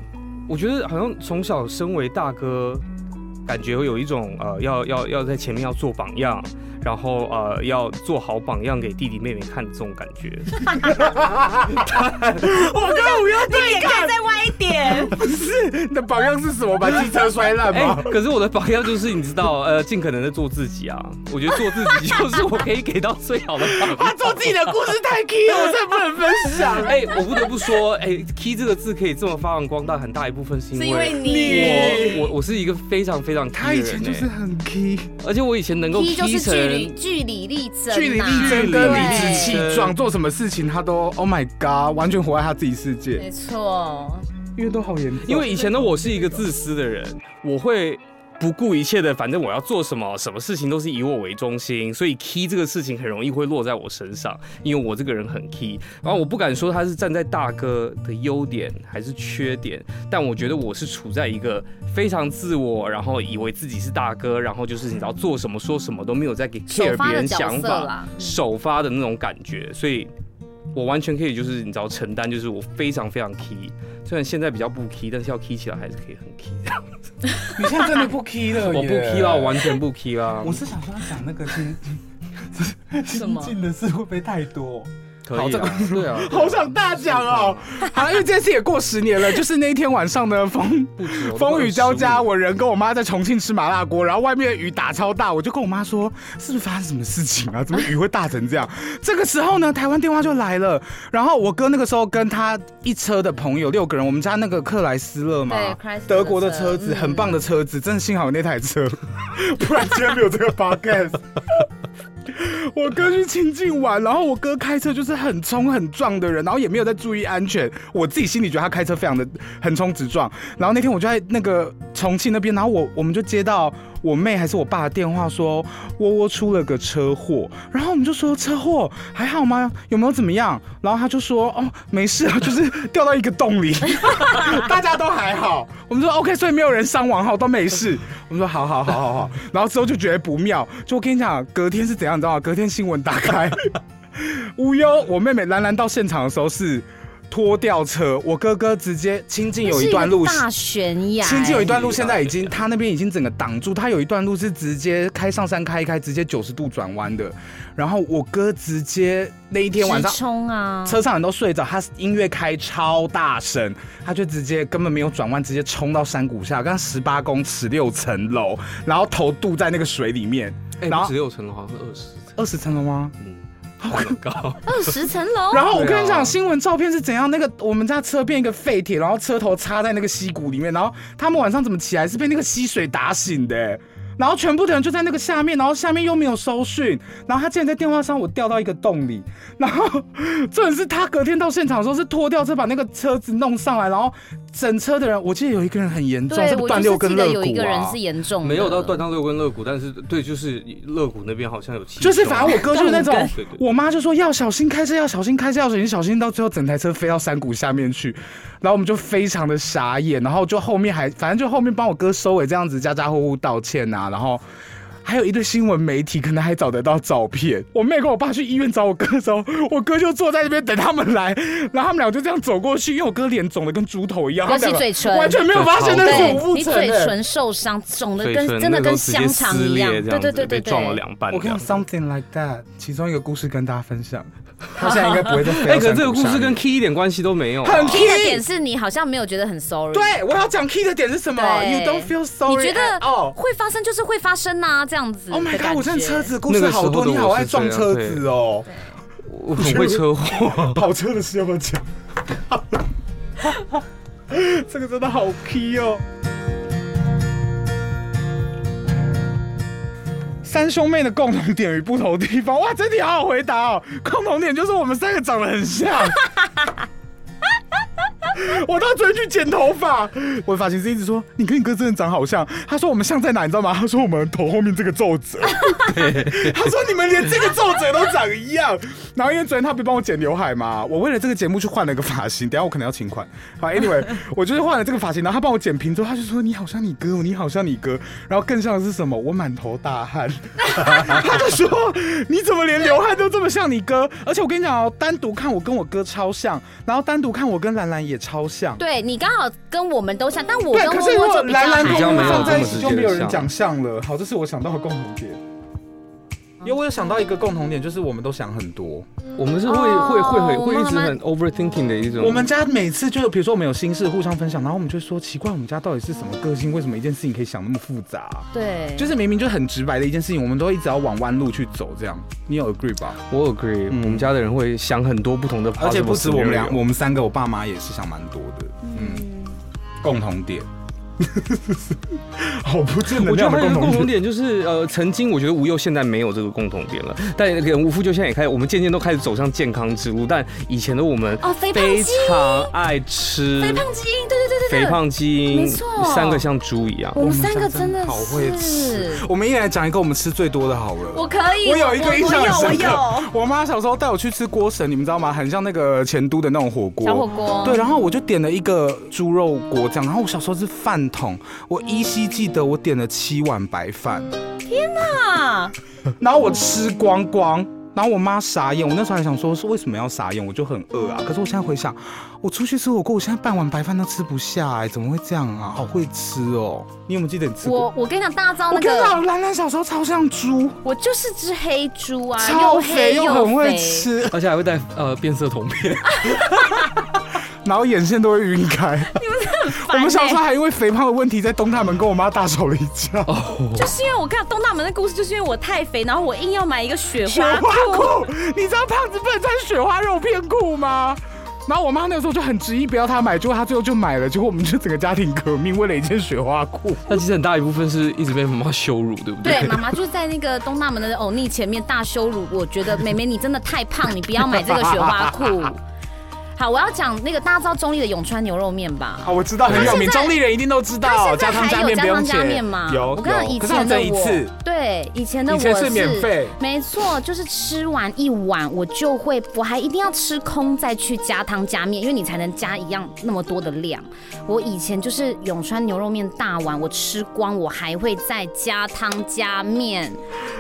Speaker 3: 我觉得好像从小身为大哥，感觉会有一种呃，要要要在前面要做榜样，然后呃，要做好榜样给弟弟妹妹看的这种感觉。
Speaker 5: 我跟五幺对干，
Speaker 7: 再歪一点，
Speaker 5: 你的榜样是什么？把机车摔烂
Speaker 3: 哎、
Speaker 5: 吗？
Speaker 3: 可是我的榜样就是你知道，呃，尽可能的做自己啊。我觉得做自己就是我可以给到最好的榜样。
Speaker 5: 他做自己的故事太 key 了，我真的不能分享。
Speaker 3: 哎、我不得不说，哎、k e y 这个字可以这么发扬光大，很大一部分是因
Speaker 7: 是
Speaker 3: 为
Speaker 7: 因为你。
Speaker 3: 我我我是一个非常非常 key
Speaker 5: 他
Speaker 3: 的
Speaker 5: 以
Speaker 3: 人
Speaker 5: 前
Speaker 3: 欸
Speaker 5: 就是很 key，
Speaker 3: 而且我以前能够
Speaker 4: P 就是
Speaker 3: key 成
Speaker 4: 据理据理力争、啊，
Speaker 5: 据理力争
Speaker 3: 对
Speaker 5: 跟理直气壮，做什么事情他都 Oh my God，完全活在他自己世界。
Speaker 4: 没错，
Speaker 5: 因为都好严重，
Speaker 3: 因为以前的我是一个自私的人，我会不顾一切的，反正我要做什么，什么事情都是以我为中心，所以 key 这个事情很容易会落在我身上，因为我这个人很 key。然后我不敢说他是站在大哥的优点还是缺点，但我觉得我是处在一个非常自我，然后以为自己是大哥，然后就是你知道做什么说什么都没有在给
Speaker 4: 嗯首
Speaker 3: care
Speaker 4: 发
Speaker 3: 别
Speaker 4: 的
Speaker 3: 人
Speaker 4: 角
Speaker 3: 想
Speaker 4: 色
Speaker 3: 法，
Speaker 4: 啦。
Speaker 3: 首发的那种感觉，所以我完全可以就是你知道承担，就是我非常非常 key，虽然现在比较不 key，但是要 key 起来还是可以很 key。
Speaker 5: 你现在真的不 key 了，
Speaker 3: 我不 key 啦，我。完全不 key 啦
Speaker 6: 我，是想说他讲那个 亲
Speaker 7: 什么
Speaker 6: 近的事会不会太多？
Speaker 3: 可
Speaker 5: 好
Speaker 3: 以
Speaker 5: 这个
Speaker 3: 啊，对啊，
Speaker 5: 好想大奖哦！好，因为这件事也过十年了，就是那一天晚上呢，风
Speaker 3: 不止哦
Speaker 5: 风雨交加，
Speaker 3: 我
Speaker 5: 我人跟我妈在重庆吃麻辣锅，然后外面的雨打超大，我就跟我妈说，是不是发生什么事情啊？怎么雨会大成这样？ 这个时候呢，台湾电话就来了，然后我哥那个时候跟他一车的朋友六个人，我们家那个克莱斯勒嘛，
Speaker 4: 对，Chrysler
Speaker 5: 德国的车子，
Speaker 4: 嗯
Speaker 5: 很棒的车子，真的幸好有那台车， 不然今天没有这个 podcast。我哥去亲近玩，然后我哥开车就是很冲很撞的人，然后也没有在注意安全。我自己心里觉得他开车非常的横冲直撞。然后那天我就在那个重庆那边，然后我我们就接到我妹还是我爸的电话说，窝窝出了个车祸。然后我们就说车祸还好吗？有没有怎么样？然后他就说哦没事啊，就是掉到一个洞里。 大家都还好。我们说 OK，所以没有人伤亡，好都没事。我们说好好好好好，然后之后就觉得不妙。就我跟你讲，隔天是怎样，你知道吗？隔天新闻打开，无忧，我妹妹兰兰到现场的时候是拖吊车，我哥哥直接亲近有一段路
Speaker 4: 是个大悬崖，
Speaker 5: 亲近有一段路，
Speaker 3: 哎
Speaker 5: 现在已经他那边已经整个挡住，他有一段路是直接开上山开一开，直接九十度转弯的。然后我哥直接那一天晚上
Speaker 4: 直冲啊，
Speaker 5: 车上人都睡着，他音乐开超大声，他就直接根本没有转弯，直接冲到山谷下，刚十八公尺六层楼，然后头镀在那个水里面，
Speaker 3: 哎，
Speaker 5: 然
Speaker 3: 不
Speaker 5: 后
Speaker 3: 止六层楼，好像是二十层，
Speaker 5: 二十层楼吗？
Speaker 3: 嗯，好 高，
Speaker 4: 二十层 楼，
Speaker 5: 然后我
Speaker 3: 对啊
Speaker 5: 跟你讲，新闻照片是怎样？那个我们家车变一个废铁，然后车头插在那个溪谷里面，然后他们晚上怎么起来？是被那个溪水打醒的、然后全部的人就在那个下面，然后下面又没有搜讯，然后他竟然在电话上我掉到一个洞里，然后重点是他隔天到现场的时候是拖吊车把那个车子弄上来，然后整车的人，我记得有一个人很严重，
Speaker 4: 对
Speaker 5: 是
Speaker 4: 我
Speaker 5: 断六
Speaker 4: 就是记
Speaker 5: 根肋
Speaker 4: 得
Speaker 5: 骨
Speaker 4: 有
Speaker 5: 啊，
Speaker 4: 一个人是严重的，
Speaker 3: 没有到断到六根肋骨，但是对，就是肋骨那边好像有气胸，
Speaker 5: 就是反正我哥就是那种
Speaker 7: 断
Speaker 3: 根对对，对
Speaker 5: 我妈就说要小心开车，要小心开车，要小心小心，到最后整台车飞到山谷下面去，然后我们就非常的傻眼，然后就后面还反正就后面帮我哥收尾这样子，家家户户道歉啊，然后还有一对新闻媒体可能还找得到照片。我妹跟我爸去医院找我哥的时候，我哥就坐在那边等他们来，然后他们俩就这样走过去，因为我哥脸肿的跟猪头一样，
Speaker 4: 尤其
Speaker 5: 他们两个
Speaker 4: 嘴唇
Speaker 5: 完全没有发现那是
Speaker 4: 对
Speaker 5: 我父
Speaker 4: 你
Speaker 5: 亲
Speaker 4: 嘴
Speaker 5: 欸
Speaker 4: 唇受伤，肿的
Speaker 8: 嘴
Speaker 4: 跟
Speaker 8: 唇
Speaker 4: 真的
Speaker 8: 那时候直接
Speaker 4: 跟香肠
Speaker 8: 撕
Speaker 4: 一样，
Speaker 8: 裂这
Speaker 4: 对对
Speaker 8: 子
Speaker 4: 对
Speaker 8: 被
Speaker 4: 对
Speaker 8: 撞了
Speaker 4: 对，
Speaker 8: 两半
Speaker 5: 我
Speaker 8: 这
Speaker 5: 看
Speaker 8: 样。
Speaker 5: 到 something like that，其中一个故事跟大家分 享，他现在应该不会再飞
Speaker 3: 哎，
Speaker 5: 到山谷下面。
Speaker 3: 可是这个故事跟 Key 一点关系都没有啊。
Speaker 5: 很
Speaker 4: 第一个点是你好像没有觉得很 sorry，
Speaker 5: 对我要讲 key 的点是什么
Speaker 4: 对
Speaker 5: ？You don't feel sorry
Speaker 4: 你觉
Speaker 5: at
Speaker 4: 得
Speaker 5: all
Speaker 4: 会发生就是会发生呐，这样子的
Speaker 5: Oh
Speaker 4: 感
Speaker 5: my
Speaker 4: 觉。
Speaker 5: god！我真的车子故事好多，
Speaker 3: 那个时候的我是
Speaker 5: 你好爱撞车子哦。
Speaker 3: 我很会车祸，
Speaker 5: 跑车的事要不要讲？ 这个真的好 key 哦。三兄妹的共同点与不同地方，哇，这题好好回答哦。共同点就是我们三个长得很像。 我到昨天去剪头发，我的发型师一直说你跟你哥真的长好像。他说我们像在哪，你知道吗？他说我们头后面这个皱褶。他说你们连这个皱褶都长一样。然后因为昨天他不帮我剪刘海嘛，我为了这个节目去换了个发型，等一下我可能要请款。好，anyway，我就是换了这个发型，然后他帮我剪平之后，他就说你好像你哥哦，你好像你哥。然后更像的是什么？我满头大汗。 他就说你怎么连刘海都这么像你哥？而且我跟你讲哦，单独看我跟我哥超像，然后单独看我跟兰兰也超像。
Speaker 4: 对你刚好跟我们都像，但我
Speaker 5: 对，
Speaker 4: 跟
Speaker 5: 可
Speaker 4: 温
Speaker 5: 是如
Speaker 4: 温
Speaker 5: 果
Speaker 4: 就比较啊
Speaker 5: 兰兰跟
Speaker 3: 比较
Speaker 5: 我
Speaker 3: 没有
Speaker 5: 放在一
Speaker 3: 这
Speaker 5: 起
Speaker 3: 么
Speaker 5: 就
Speaker 3: 直接
Speaker 5: 没
Speaker 3: 的
Speaker 5: 有人
Speaker 3: 像
Speaker 5: 讲像了。好，这是我想到的共同点。因为我有想到一个共同点，就是我们都想很多。
Speaker 3: 我们是会
Speaker 4: 哦
Speaker 3: 会会会
Speaker 4: 我
Speaker 3: 会
Speaker 4: 妈
Speaker 3: 一
Speaker 4: 妈
Speaker 3: 直很 overthinking 的一种。
Speaker 5: 我们家每次就比如说我们有心事互相分享，然后我们就说奇怪，我们家到底是什么个性？为什么一件事情可以想那么复杂、
Speaker 4: 对，
Speaker 5: 就是明明就很直白的一件事情，我们都一直要往弯路去走，这样你有 agree 吧？
Speaker 3: 我 agree，、
Speaker 5: 嗯
Speaker 3: 我们家的人会想很多不同的，
Speaker 5: 而且不止我们俩，我们三个，我爸妈也是想蛮多的，嗯，共同点，好不正能
Speaker 3: 我觉得
Speaker 5: 量的
Speaker 3: 还有一
Speaker 5: 共
Speaker 3: 个共
Speaker 5: 同
Speaker 3: 同
Speaker 5: 点。
Speaker 3: 点就是，呃，曾经我觉得无忧现在没有这个共同点了，但可能无夫就现在也开始，我们渐渐都开始走上健康之路。但以前的我们
Speaker 4: 哦，肥胖
Speaker 3: 非
Speaker 4: 基因，
Speaker 3: 常爱吃
Speaker 4: 肥胖基因，对对对对对，
Speaker 3: 肥胖基
Speaker 4: 没
Speaker 3: 因
Speaker 4: 错，
Speaker 3: 三个像猪一 样。
Speaker 4: 我们三个真
Speaker 5: 我
Speaker 4: 的
Speaker 5: 们好会吃
Speaker 4: 是，
Speaker 5: 我们一人来讲一个我们吃最多的好了。
Speaker 4: 我可以，
Speaker 5: 我有一个印象很
Speaker 2: 我
Speaker 5: 深
Speaker 2: 有我
Speaker 5: 刻，我妈小时候带我去吃锅神，你们知道吗？很像那个前都的那种火锅。
Speaker 4: 小火锅，
Speaker 5: 对，然后我就点了一个猪肉锅这样，然后我小时候是饭桶，我依稀记得我点了七碗白饭，
Speaker 4: 啊，
Speaker 5: 然后我吃光光，然后我妈傻眼，我那时候还想说是为什么要傻眼，我就很饿啊。可是我现在回想，我出去吃火锅，我现在半碗白饭都吃不下哎、怎么会这样啊？好会吃哦！你有没有记得你吃过？
Speaker 4: 我我跟你讲，大家知道
Speaker 5: 我
Speaker 4: 那
Speaker 5: 跟你
Speaker 4: 个，
Speaker 5: 讲，兰兰小时候超像猪，
Speaker 4: 我就是只黑猪啊，
Speaker 5: 超
Speaker 4: 黑
Speaker 5: 肥又很会
Speaker 4: 肥，
Speaker 5: 吃，
Speaker 3: 而且还会带呃变色瞳片，
Speaker 5: 然后眼线都会晕开。我
Speaker 4: 我
Speaker 5: 们小时候还因为肥胖的问题在东大门跟我妈大吵了一架。
Speaker 2: 就是因为我看东大门的故事，就是因为我太肥，然后我硬要买一个雪
Speaker 5: 雪
Speaker 2: 花
Speaker 5: 花
Speaker 2: 裤。
Speaker 5: 裤，你知道胖子不能穿雪花肉片裤吗？然后我妈那时候就很执意不要她买，结果她最后就买了，结果我们就整个家庭革命，为了一件雪花裤。
Speaker 3: 但其实很大一部分是一直被妈妈羞辱，对不
Speaker 4: 对，妈妈就是在那个东大门的欧尼前面大羞辱。我觉得妹妹你真的太胖，你不要买这个雪花 裤。好，我要讲那个大家知道中立的永川牛肉面吧？
Speaker 5: 啊，我知道很有名，
Speaker 4: 她现在
Speaker 5: 中立人一定都知道，
Speaker 4: 它
Speaker 5: 加汤
Speaker 4: 现在
Speaker 5: 加
Speaker 4: 还有
Speaker 5: 面
Speaker 4: 加
Speaker 5: 不
Speaker 4: 汤
Speaker 5: 用钱。
Speaker 4: 加面吗？
Speaker 5: 有
Speaker 4: 我跟你讲
Speaker 5: 有
Speaker 4: 以
Speaker 5: 可是好
Speaker 4: 前
Speaker 5: 像
Speaker 4: 的
Speaker 5: 一次
Speaker 4: 我，对以前的
Speaker 5: 以
Speaker 4: 我
Speaker 5: 前是免费
Speaker 4: 没错，就是吃完一碗我就会，我还一定要吃空再去加汤加面，因为你才能加一样那么多的量。我以前就是永川牛肉面大碗，我吃光，我还会再加汤加面，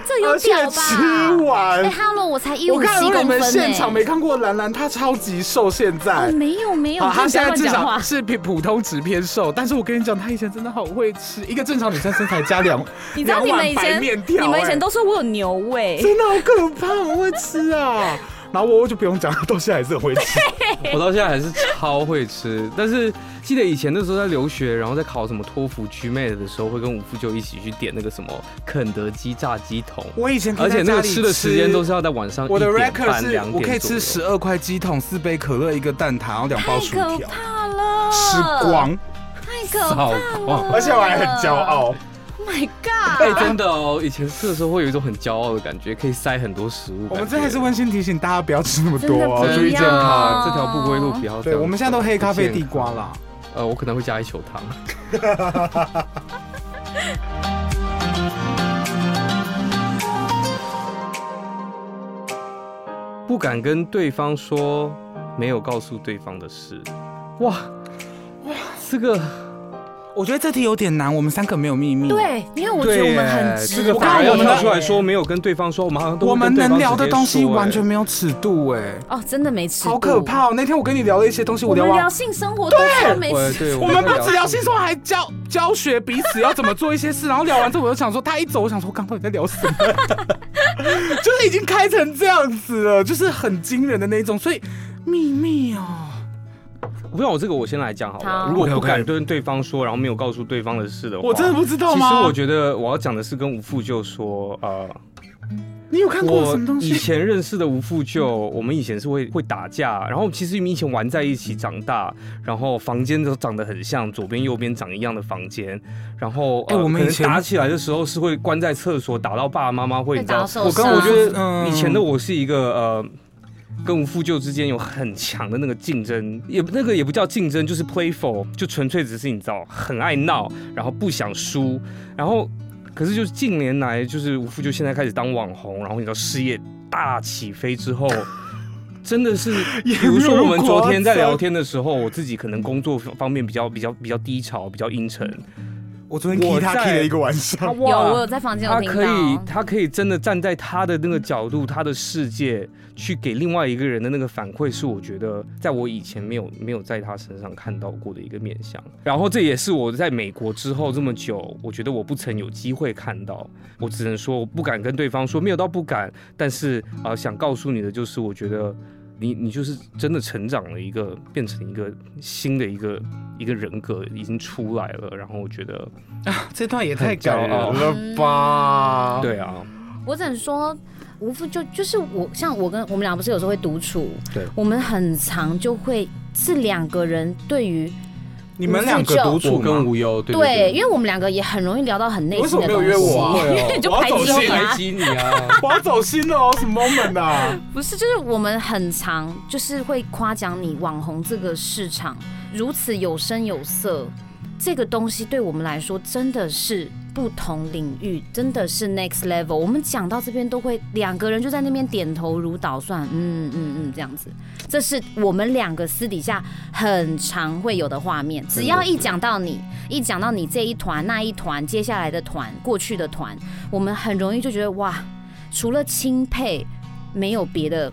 Speaker 4: 这有
Speaker 5: 而且
Speaker 4: 屌吧？
Speaker 5: 吃完
Speaker 4: 哎、哈喽，我才一
Speaker 5: 我
Speaker 4: 五
Speaker 5: 看
Speaker 4: 七
Speaker 5: 如果
Speaker 4: 公
Speaker 5: 你
Speaker 4: 分
Speaker 5: 们
Speaker 4: 呢、
Speaker 5: 现场没看过兰兰，她超级瘦，现
Speaker 4: 哦，
Speaker 5: 在。
Speaker 4: 没有没有，
Speaker 5: 啊，她
Speaker 4: 真的不要乱
Speaker 5: 现在至
Speaker 4: 讲
Speaker 5: 少
Speaker 4: 话。
Speaker 5: 是比普通值偏瘦，但是我跟你讲，她以前真的好会吃，一个正常女生身材加两，
Speaker 2: 你知道你们以
Speaker 5: 两碗白
Speaker 2: 前，
Speaker 5: 面条
Speaker 2: 你们以
Speaker 5: 哎
Speaker 2: 前都说我有牛味，
Speaker 5: 真的好可怕，我会吃啊。 然后我我就不用讲，到现在还是很会吃。
Speaker 3: 我到现在还是超会吃，但是记得以前那时候在留学，然后在考什么托福、GMAT 的时候，会跟五夫就一起去点那个什么肯德基炸鸡桶，
Speaker 5: 我以 前可以
Speaker 3: 而且
Speaker 5: 在
Speaker 3: 那
Speaker 5: 家
Speaker 3: 个
Speaker 5: 里
Speaker 3: 吃的时间都是要在晚上
Speaker 5: 我的
Speaker 3: 1点
Speaker 5: record
Speaker 3: 半
Speaker 5: 是
Speaker 3: 两点左右
Speaker 5: 我可以吃十二块鸡桶、四杯可乐、一个蛋挞，然后两包
Speaker 4: 太
Speaker 5: 薯
Speaker 4: 可
Speaker 5: 条，
Speaker 4: 怕了，
Speaker 5: 吃，光，
Speaker 4: 太可怕
Speaker 3: 好哦
Speaker 4: 了
Speaker 3: 狂，
Speaker 5: 而且我还很骄傲。
Speaker 4: Oh my
Speaker 3: 哎、
Speaker 4: god！
Speaker 3: 真的哦，以前吃的时候会有一种很骄傲的感觉，可以塞很多食物。
Speaker 5: 我们
Speaker 3: 感觉
Speaker 5: 这还是温馨提醒大家不要吃那么多
Speaker 4: 真
Speaker 5: 哦，
Speaker 4: 的
Speaker 5: 注意
Speaker 4: 不
Speaker 5: 健
Speaker 4: 要
Speaker 5: 康。
Speaker 3: 啊，这条不归路，不要这
Speaker 5: 对，
Speaker 3: 样。
Speaker 5: 我们现在都黑咖啡地瓜啦。
Speaker 3: 呃，我可能会加一球糖。 不敢跟对方说没有告诉对方的事，哇哇，这个
Speaker 2: 我觉得这题有点难，我们三个没有秘密。，
Speaker 5: 啊
Speaker 4: 对，因为我觉得我们很
Speaker 3: 对耶
Speaker 4: 直
Speaker 2: 这个
Speaker 4: 白，
Speaker 2: 反而要
Speaker 4: 我
Speaker 2: 跳
Speaker 3: 跳
Speaker 4: 们
Speaker 3: 出来说没有跟对方说，我们好像都
Speaker 2: 我
Speaker 3: 会
Speaker 2: 们
Speaker 3: 跟对
Speaker 2: 能
Speaker 3: 方
Speaker 2: 聊的
Speaker 3: 直接
Speaker 2: 东西
Speaker 3: 说
Speaker 2: 完
Speaker 3: 哎
Speaker 2: 全没有尺度哎、
Speaker 4: 哦，真的没吃，
Speaker 2: 好可。怕哦！那天我跟你聊了一些东西，
Speaker 9: 我
Speaker 2: 聊
Speaker 9: 们
Speaker 2: 完
Speaker 9: 聊性生活都超没
Speaker 3: 我
Speaker 9: 事，
Speaker 3: 对，
Speaker 2: 我们不只聊
Speaker 3: 性
Speaker 2: 轻松，还教教学彼此要怎么做一些事。然后聊完之后，我就想说，他一走，我想说，我刚到底在聊什么？ 就是已经开成这样子了，就是很惊人的那一种。所以秘密哦，
Speaker 3: 不要我这个我先来讲好了。
Speaker 4: 好
Speaker 3: 如果不
Speaker 2: OK，OK
Speaker 3: 敢跟对方说，然后没有告诉对方的事的话，
Speaker 2: 我真的不知道
Speaker 3: 其
Speaker 2: 吗？
Speaker 3: 实我觉得我要讲的是跟吴富就说，呃，
Speaker 2: 你有看过
Speaker 3: 我
Speaker 2: 什么东
Speaker 3: 以
Speaker 2: 西？
Speaker 3: 前认识的吴富就，我们以前是会会打架，然后其实我们以前玩在一起长大，然后房间都长得很像，左边右边长一样的房间，然后呃
Speaker 2: 哎我们
Speaker 3: 可能
Speaker 2: 以前
Speaker 3: 打起来的时候是会关在厕所，打到爸爸妈妈会，
Speaker 4: 会
Speaker 3: 你知道
Speaker 4: 打手
Speaker 3: 我刚
Speaker 4: 伤
Speaker 3: 我觉得
Speaker 2: 嗯
Speaker 3: 以前的我是一个呃。跟吴富就之间有很强的那个竞争，也那个也不叫竞争，就是 playful，就纯粹只是你知道很爱闹，然后不想输，然后可是就是近年来，就是吴富就现在开始当网红，然后你知道事业大起飞之后， 真的 是，比如说我们昨天在聊天的时候，我自己可能工作方面比较比较比较低潮，比较阴沉，
Speaker 5: 我昨
Speaker 3: 我
Speaker 5: 踢他
Speaker 3: 在
Speaker 5: 踢了一个晚
Speaker 3: 他
Speaker 5: 上，
Speaker 4: 有，啊我
Speaker 3: 哇，
Speaker 4: 有在房间有
Speaker 3: 他
Speaker 4: 听
Speaker 3: 可以
Speaker 4: 到。
Speaker 3: 他可以真的站在他的那个角度，他的世界去给另外一个人的那个反馈，是我觉得在我以前没有没有在他身上看到过的一个面相。然后这也是我在美国之后这么久，我觉得我不曾有机会看到。我只能说我不敢跟对方说，没有到不敢，但是呃，想告诉你的就是，我觉得你你就是真的成长了一个，变成一个新的一个一个人格已经出来了。然后我觉得，啊
Speaker 2: 这段也太
Speaker 3: 很骄
Speaker 2: 感
Speaker 3: 傲
Speaker 2: 人了吧？
Speaker 3: 对啊，
Speaker 4: 嗯我只能说，无父就就是我，像我跟我们俩不是有时候会独处，
Speaker 3: 对，
Speaker 4: 我们很常就会是两个人对于
Speaker 2: 你们两个独处跟无忧，对
Speaker 4: 因为我们两个也很容易聊到很内
Speaker 2: 为什
Speaker 4: 心
Speaker 2: 么
Speaker 4: 的
Speaker 2: 没
Speaker 4: 东
Speaker 2: 有
Speaker 4: 西。
Speaker 2: 约我啊？
Speaker 9: 因为你就
Speaker 2: 我要
Speaker 9: 排
Speaker 2: 走
Speaker 9: 挤
Speaker 2: 心了，
Speaker 9: 我啊，
Speaker 3: 激你啊！
Speaker 2: 我要走心了哦，什么 moment 啊？
Speaker 4: 不是，就是我们很常就是会夸奖你网红这个市场如此有声有色，这个东西对我们来说真的是不同领域，真的是 next level。我们讲到这边都会两个人就在那边点头如捣蒜，嗯嗯嗯这样子，这是我们两个私底下很常会有的画面。只要一讲到你，一讲到你这一团那一团，接下来的团过去的团，我们很容易就觉得哇，除了钦佩。没有别的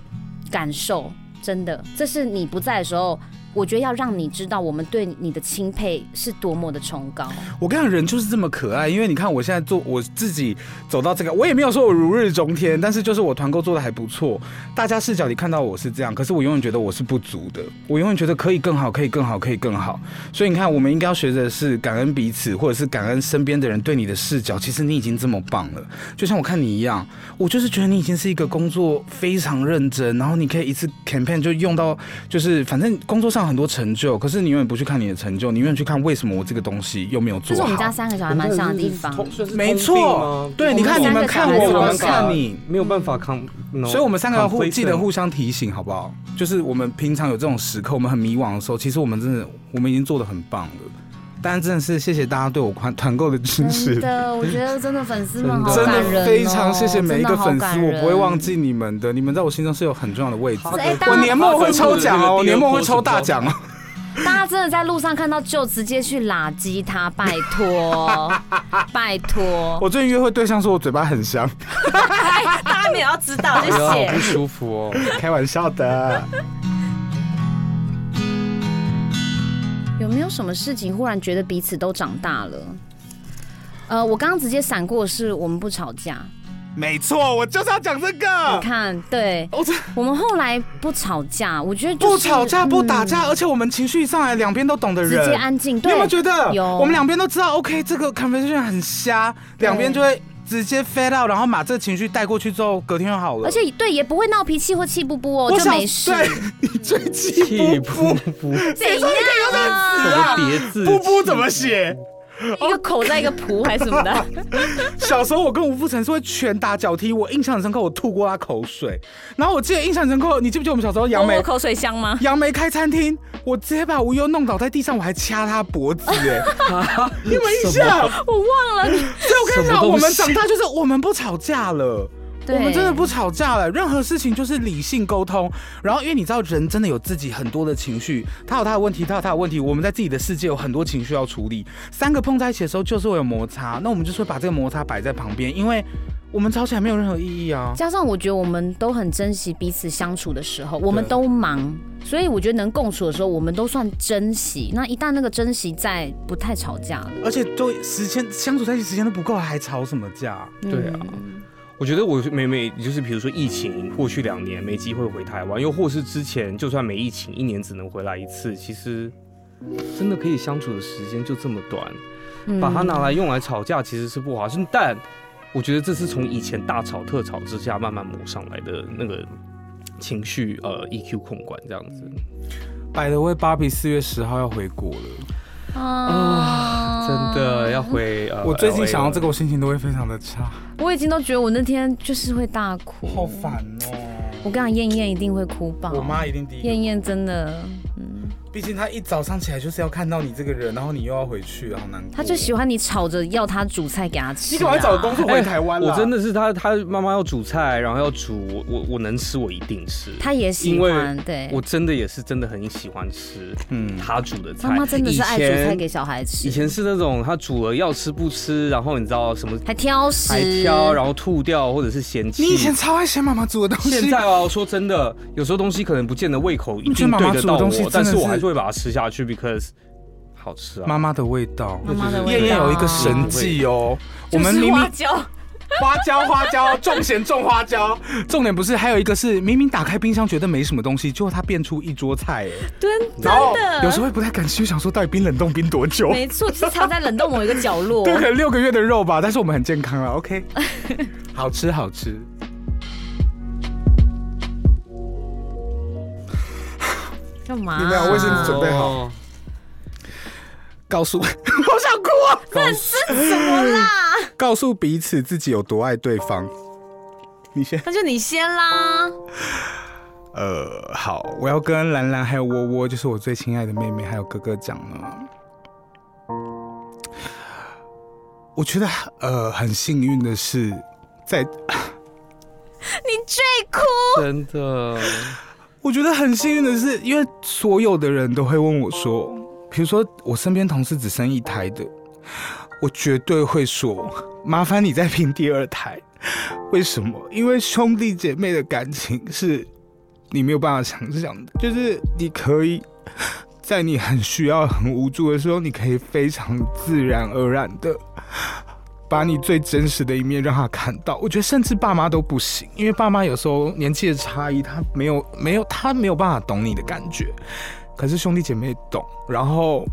Speaker 4: 感受，真的，这是你不在的时候，我觉得要让你知道我们对你的钦佩是多么的崇高。
Speaker 2: 我跟你讲，人就是这么可爱。因为你看，我现在做我自己走到这个，我也没有说我如日中天，但是就是我团购做的还不错。大家视角里看到我是这样，可是我永远觉得我是不足的，我永远觉得可以更好，可以更好，可以更好。所以你看，我们应该要学着是感恩彼此，或者是感恩身边的人对你的视角。其实你已经这么棒了，就像我看你一样，我就是觉得你已经是一个工作非常认真，然后你可以一次 campaign 就用到，就是反正工作上很多成就，可是你永远不去看你的成就，你永远去看为什么我这个东西又没有
Speaker 4: 这
Speaker 2: 做
Speaker 4: 是
Speaker 2: 好。
Speaker 4: 我们家三个小孩蛮像的 地方。
Speaker 2: 没错，对，你看
Speaker 4: 我
Speaker 2: 你
Speaker 4: 们
Speaker 2: 们
Speaker 4: 三
Speaker 2: 看
Speaker 4: 个小孩
Speaker 2: 我，
Speaker 4: 子
Speaker 2: 我
Speaker 4: 好
Speaker 2: 们
Speaker 4: 像
Speaker 2: 看你，
Speaker 3: 没有办法抗，
Speaker 2: 所以我们三个互
Speaker 3: complacent
Speaker 2: 记得互相提醒，好不好？就是我们平常有这种时刻，我们很迷惘的时候，其实我们真的，我们已经做的很棒了。但真的是谢谢大家对我团团购的支持
Speaker 4: 真，的，我觉得真的粉丝们好
Speaker 2: 真
Speaker 4: 感人、哦、
Speaker 2: 的非常谢谢每一个粉
Speaker 4: 真的好
Speaker 2: 丝，
Speaker 4: 感人哦
Speaker 2: 我不会忘。记你们的，你们在我心中是有很重要的位置。
Speaker 4: 哎，大
Speaker 2: 我年
Speaker 4: 家
Speaker 2: 末会抽奖哦，我年末会抽大奖哦。
Speaker 4: 大家真的在路上看到就直接去拉鸡他，拜 托，拜托。
Speaker 2: 我最近约会对象说我嘴巴很香，
Speaker 9: 哎大家没有要知道，谢
Speaker 3: 好
Speaker 9: 谢
Speaker 3: 不。舒服哦。
Speaker 2: 开玩笑 的。
Speaker 4: 有没有什么事情忽然觉得彼此都长大了？呃，我刚刚直接闪过是我们不吵架，
Speaker 2: 没错，我就是要讲这
Speaker 4: 你
Speaker 2: 个。
Speaker 4: 看，对
Speaker 2: 我啊哦这
Speaker 4: 我们后来不吵架，我觉得、就是、
Speaker 2: 不吵架，不打
Speaker 4: 嗯、
Speaker 2: 架，而且我们情绪一上来，两边都懂的
Speaker 4: 直接
Speaker 2: 人。
Speaker 4: 安静。
Speaker 2: 你
Speaker 4: 对
Speaker 2: 有没有，觉得？
Speaker 4: 有
Speaker 2: 我们两边都知道，OK，这个 conversation 很瞎，两边就会直接 fade out，然后把这个情绪带过去之后，隔天就好了。
Speaker 4: 而且对也不会闹脾气或气不不哦，就
Speaker 2: 想
Speaker 4: 没事。
Speaker 2: 对你最气
Speaker 3: 气
Speaker 2: 不
Speaker 3: 不
Speaker 2: 不
Speaker 3: 不，
Speaker 4: 怎样
Speaker 3: 怎
Speaker 4: 啊？
Speaker 3: 么叠字？
Speaker 2: 不不怎么写？
Speaker 9: 一个口在一个仆还是什 么的，
Speaker 2: 小时候我跟吴富城是会拳打脚踢，我印象很深刻，我吐过他口水。然后我记得印象很深刻，你记不记得我们小时候杨
Speaker 9: 摸 摸
Speaker 2: 梅
Speaker 9: 口水香吗？
Speaker 2: 杨梅开餐厅，我直接把吴优弄倒在地上，我还掐他脖 子哎、你有没有印
Speaker 3: 什
Speaker 2: 象？
Speaker 9: 我忘了，
Speaker 2: 所以我跟你
Speaker 3: 什么
Speaker 2: 讲，
Speaker 3: 东西
Speaker 2: 我们长大就是我们不吵架了。
Speaker 4: 对
Speaker 2: 我们真的不吵架了，任何事情就是理性沟通。然后，因为你知道，人真的有自己很多的情绪，他有他的问题，他有他的问题。我们在自己的世界有很多情绪要处理，三个碰在一起的时候就是会有摩擦，那我们就是会把这个摩擦摆在旁边，因为我们吵起来没有任何意义啊。
Speaker 4: 加上我觉得我们都很珍惜彼此相处的时候，我们
Speaker 2: 对
Speaker 4: 都忙，所以我觉得能共处的时候，我们都算珍惜。那一旦那个珍惜在，不太吵架了。
Speaker 2: 而且都时间相处在一起时间都不够，还吵什么架？
Speaker 3: 对啊
Speaker 4: 嗯
Speaker 3: 我觉得我每每就是比如说疫情，过去两年没机会回台湾，又或是之前就算没疫情，一年只能回来一次，其实真的可以相处的时间就这么短，
Speaker 4: 嗯
Speaker 3: 把它拿来用来吵架其实是不划算，但我觉得这是从以前大吵特吵之下慢慢磨上来的那个情绪呃 EQ 控管这样子。
Speaker 2: 百的为芭比四月十号要回国了，
Speaker 4: 啊
Speaker 3: 真的要回呃，
Speaker 2: 嗯我最近
Speaker 3: LA
Speaker 2: 想到这个，
Speaker 3: 了
Speaker 2: 我心情都会非常的差，
Speaker 4: 我已经都觉得我那天就是会大哭，
Speaker 2: 好烦哦。
Speaker 4: 我跟你讲，燕燕一定会哭爆。
Speaker 2: 我妈一定第一个
Speaker 4: 燕燕真的，嗯，
Speaker 2: 毕竟他一早上起来就是要看到你这个人，然后你又要回去，好难过。
Speaker 4: 她就喜欢你吵着要她煮菜给她吃、啊。
Speaker 2: 你赶快找工作回台湾啦
Speaker 3: 我真，的是他，他妈妈要煮菜，然后要煮，我我我能吃我一定吃。
Speaker 4: 她也喜
Speaker 3: 因为
Speaker 4: 欢，对，
Speaker 3: 我真的也是真的很喜欢吃
Speaker 2: 嗯，
Speaker 3: 他煮的菜。
Speaker 4: 妈妈真的是爱煮菜给
Speaker 3: 以
Speaker 4: 小孩吃，
Speaker 3: 前以前是那种他煮了要吃不吃，然后你知道什么
Speaker 4: 还挑食，
Speaker 3: 还挑，然后吐掉或者是嫌弃。
Speaker 2: 你以前超爱嫌妈妈煮的东西，
Speaker 3: 现在哦，说真的，有时候东西可能不见得胃口一
Speaker 2: 你觉得
Speaker 3: 定
Speaker 2: 妈
Speaker 3: 对
Speaker 2: 妈
Speaker 3: 得
Speaker 2: 煮
Speaker 3: 到
Speaker 2: 的东
Speaker 3: 我
Speaker 2: 西，
Speaker 3: 但是
Speaker 2: 真的
Speaker 3: 我还
Speaker 2: 是
Speaker 3: 是会把它吃下去，because 好吃啊。
Speaker 2: 妈妈的味道。
Speaker 4: 妈妈的味道
Speaker 2: 燕燕有一个神技哦，我
Speaker 9: 就
Speaker 2: 们
Speaker 9: 是
Speaker 2: 明
Speaker 9: 花
Speaker 2: 明
Speaker 9: 椒，
Speaker 2: 花椒花椒重咸重花椒， 重点不是还有一个是明明打开冰箱觉得没什么东西，结果它变出一桌菜，哎，
Speaker 9: 真
Speaker 2: 然后
Speaker 9: 的
Speaker 2: 有时候会不太敢吃，想说到底冰冷冻冰多久？
Speaker 9: 没错，就是藏在冷冻某一个角落
Speaker 2: 对，。可能六个月的肉吧，但是我们很健康了，OK，好吃好吃。
Speaker 4: 干
Speaker 9: 啊
Speaker 4: 嘛、
Speaker 2: 你们俩为什么准备好
Speaker 3: 哦
Speaker 2: 告诉，我 想哭啊！
Speaker 9: 怎么啦？
Speaker 2: 告诉彼此自己有多爱对方。你先，
Speaker 9: 那就你先啦。
Speaker 2: 呃，好，我要跟兰兰还有窝窝，就是我最亲爱的妹妹还有哥哥讲呢。我觉得呃很幸运的是，在
Speaker 9: 你最哭，
Speaker 3: 真的，
Speaker 2: 我觉得很幸运的是，因为所有的人都会问我说，比如说我身边同事只生一胎的，我绝对会说，麻烦你再拼第二胎。 为什么？因为兄弟姐妹的感情是你没有办法想象的，就是你可以在你很需要、很无助的时候，你可以非常自然而然的把你最真实的一面让他看到。我觉得甚至爸妈都不行，因为爸妈有时候年纪的差异，他没有没有他没有办法懂你的感觉，可是兄弟姐妹懂，然后。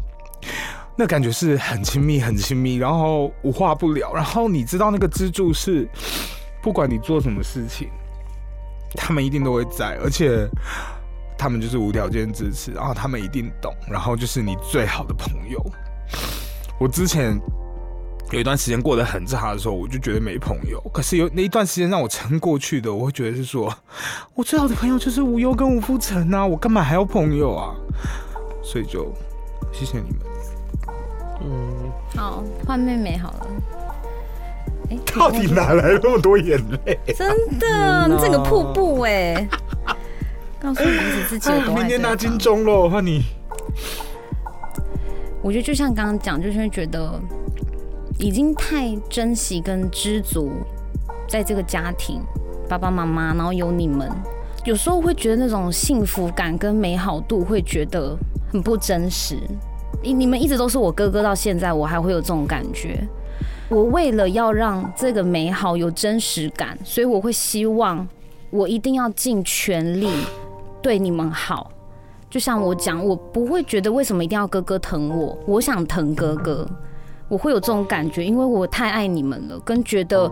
Speaker 2: 那感觉是很亲密，很亲密，然后无话不聊，然后你知道那个支柱是，不管你做什么事情，他们一定都会在，而且他们就是无条件支持，然后他们一定懂，然后就是你最好的朋友。我之前有一段时间过得很差的时候，我就觉得没朋友。可是有那一段时间让我撑过去的，我会觉得是说，我最好的朋友就是无忧跟吴富城啊，我干嘛还要朋友啊？所以就谢谢你们。
Speaker 3: 嗯，
Speaker 4: 好，换妹妹好了。 哎，
Speaker 10: 到底哪来那么多眼 泪？
Speaker 9: 真
Speaker 2: 嗯
Speaker 9: 的，你整个瀑布
Speaker 2: 哦
Speaker 9: 哎。
Speaker 4: 告诉彼此自己有多爱对方
Speaker 10: 明天拿金钟喽，换你。
Speaker 4: 我觉得就像刚刚讲，就是会觉得已经太珍惜跟知足在这个家庭，爸爸妈妈，然后有你们，有时候会觉得那种幸福感跟美好度会觉得很不真实。你你们一直都是我哥哥，到现在我还会有这种感觉。我为了要让这个美好有真实感，所以我会希望我一定要尽全力对你们好。就像我讲，我不会觉得为什么一定要哥哥疼我，我想疼哥哥，我会有这种感觉，因为我太爱你们了，跟觉得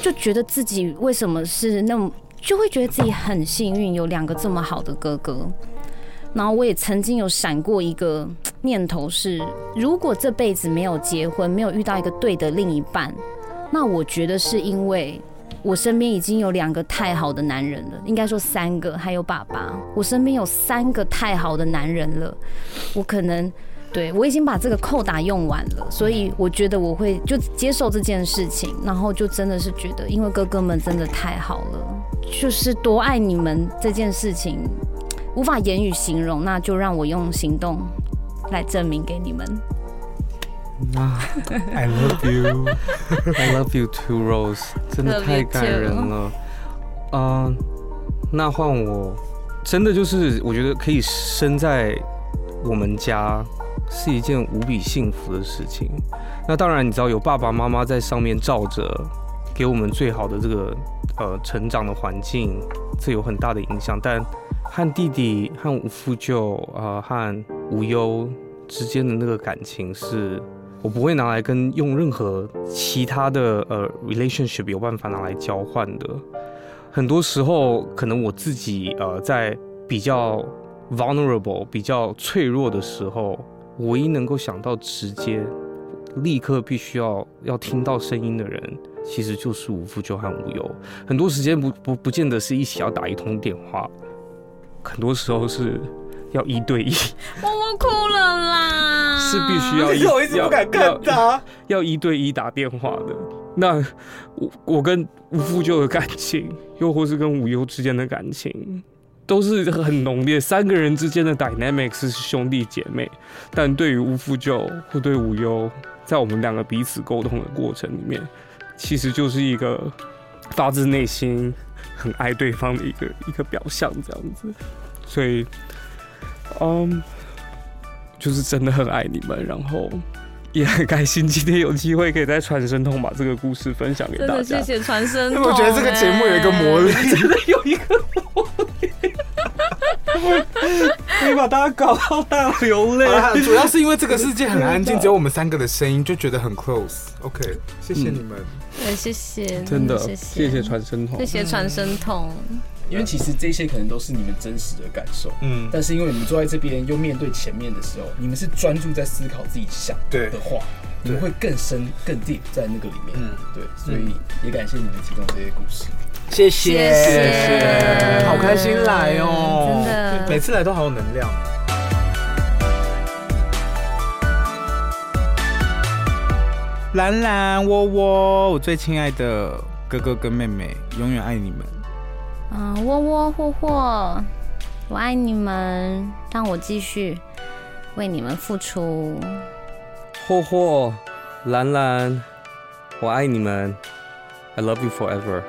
Speaker 4: 就觉得自己为什么是那么，就会觉得自己很幸运有两个这么好的哥哥。然后我也曾经有闪过一个念头是，如果这辈子没有结婚，没有遇到一个对的另一半，那我觉得是因为我身边已经有两个太好的男人了，应该说三个，还有爸爸。我身边有三个太好的男人了，我可能对我已经把这个扣打用完了，所以我觉得我会就接受这件事情，然后就真的是觉得，因为哥哥们真的太好了，就是多爱你们这件事情无法言语形容，那就让我用行动来证明给你们。
Speaker 3: I love you, I love you too, Rose，真的
Speaker 4: Love you
Speaker 3: 太感人了。嗯、那换我，真的就是我觉得可以生在我们家是一件无比幸福的事情。那当然，你知道有爸爸妈妈在上面罩着，给我们最好的这个呃成长的环境，这有很大的影响。但和弟弟、和五父舅、呃和无忧之间的那个感情是我不会拿来跟用任何其他的呃 relationship 有办法拿来交换的。很多时候，可能我自己呃在比较 vulnerable、比较脆弱的时候，唯一能够想到直接、立刻必须要要听到声音的人，其实就是无父舅和无忧。很多时间不不不见得是一起要打一通电话，很多时候是要一对 一，是
Speaker 9: 默默哭了啦，
Speaker 3: 必须要
Speaker 2: 可
Speaker 3: 一
Speaker 2: 是我一直不敢看
Speaker 3: 要
Speaker 2: 他。
Speaker 3: 要一对一打电话的。那我我跟吴父舅的感情，又或是跟无忧之间的感情，都是很浓烈。三个人之间的 dynamics 是兄弟姐妹，但对于吴父舅或对无忧，在我们两个彼此沟通的过程里面，其实就是一个发自内心很爱对方的一个一个表象，这样子。所以，嗯，就是真的很爱你们，然后。也很开心今天有机会可以在传声筒把这个故事分享给
Speaker 9: 真
Speaker 3: 大
Speaker 9: 的
Speaker 3: 家
Speaker 9: 谢。谢传声筒、
Speaker 10: 因为我觉得这个节目有一个魔力，
Speaker 3: 有一个
Speaker 2: 你把大家搞到大流泪
Speaker 10: 好啦主要是因为这个世界很安静，只有我们三个的声音，就觉得很 close。OK，谢谢你们。
Speaker 9: 对，谢谢，
Speaker 3: 真
Speaker 4: 嗯
Speaker 3: 的，
Speaker 9: 谢
Speaker 3: 谢谢传声筒
Speaker 9: 谢。谢传声筒，
Speaker 11: 因为其实这些可能都是你们真实的感受，
Speaker 10: 嗯，
Speaker 11: 但是因为你们坐在这边又面对前面的时候，你们是专注在思考自己想
Speaker 10: 对
Speaker 11: 的，话，你们会更深更 deep 在那个里面。
Speaker 10: 嗯
Speaker 11: 对，所以也感谢你们提供这些故事。
Speaker 10: 谢
Speaker 9: 谢谢
Speaker 10: 好开心来哦，
Speaker 9: 真的
Speaker 10: 每次来都好有能量。
Speaker 2: 兰兰、窝窝，我最亲爱的哥哥跟妹妹，永远爱你们。
Speaker 4: 嗯、窝窝霍霍，我爱你们，让我继续为你们付出。
Speaker 3: 霍霍、兰兰，我爱你们，I love you forever。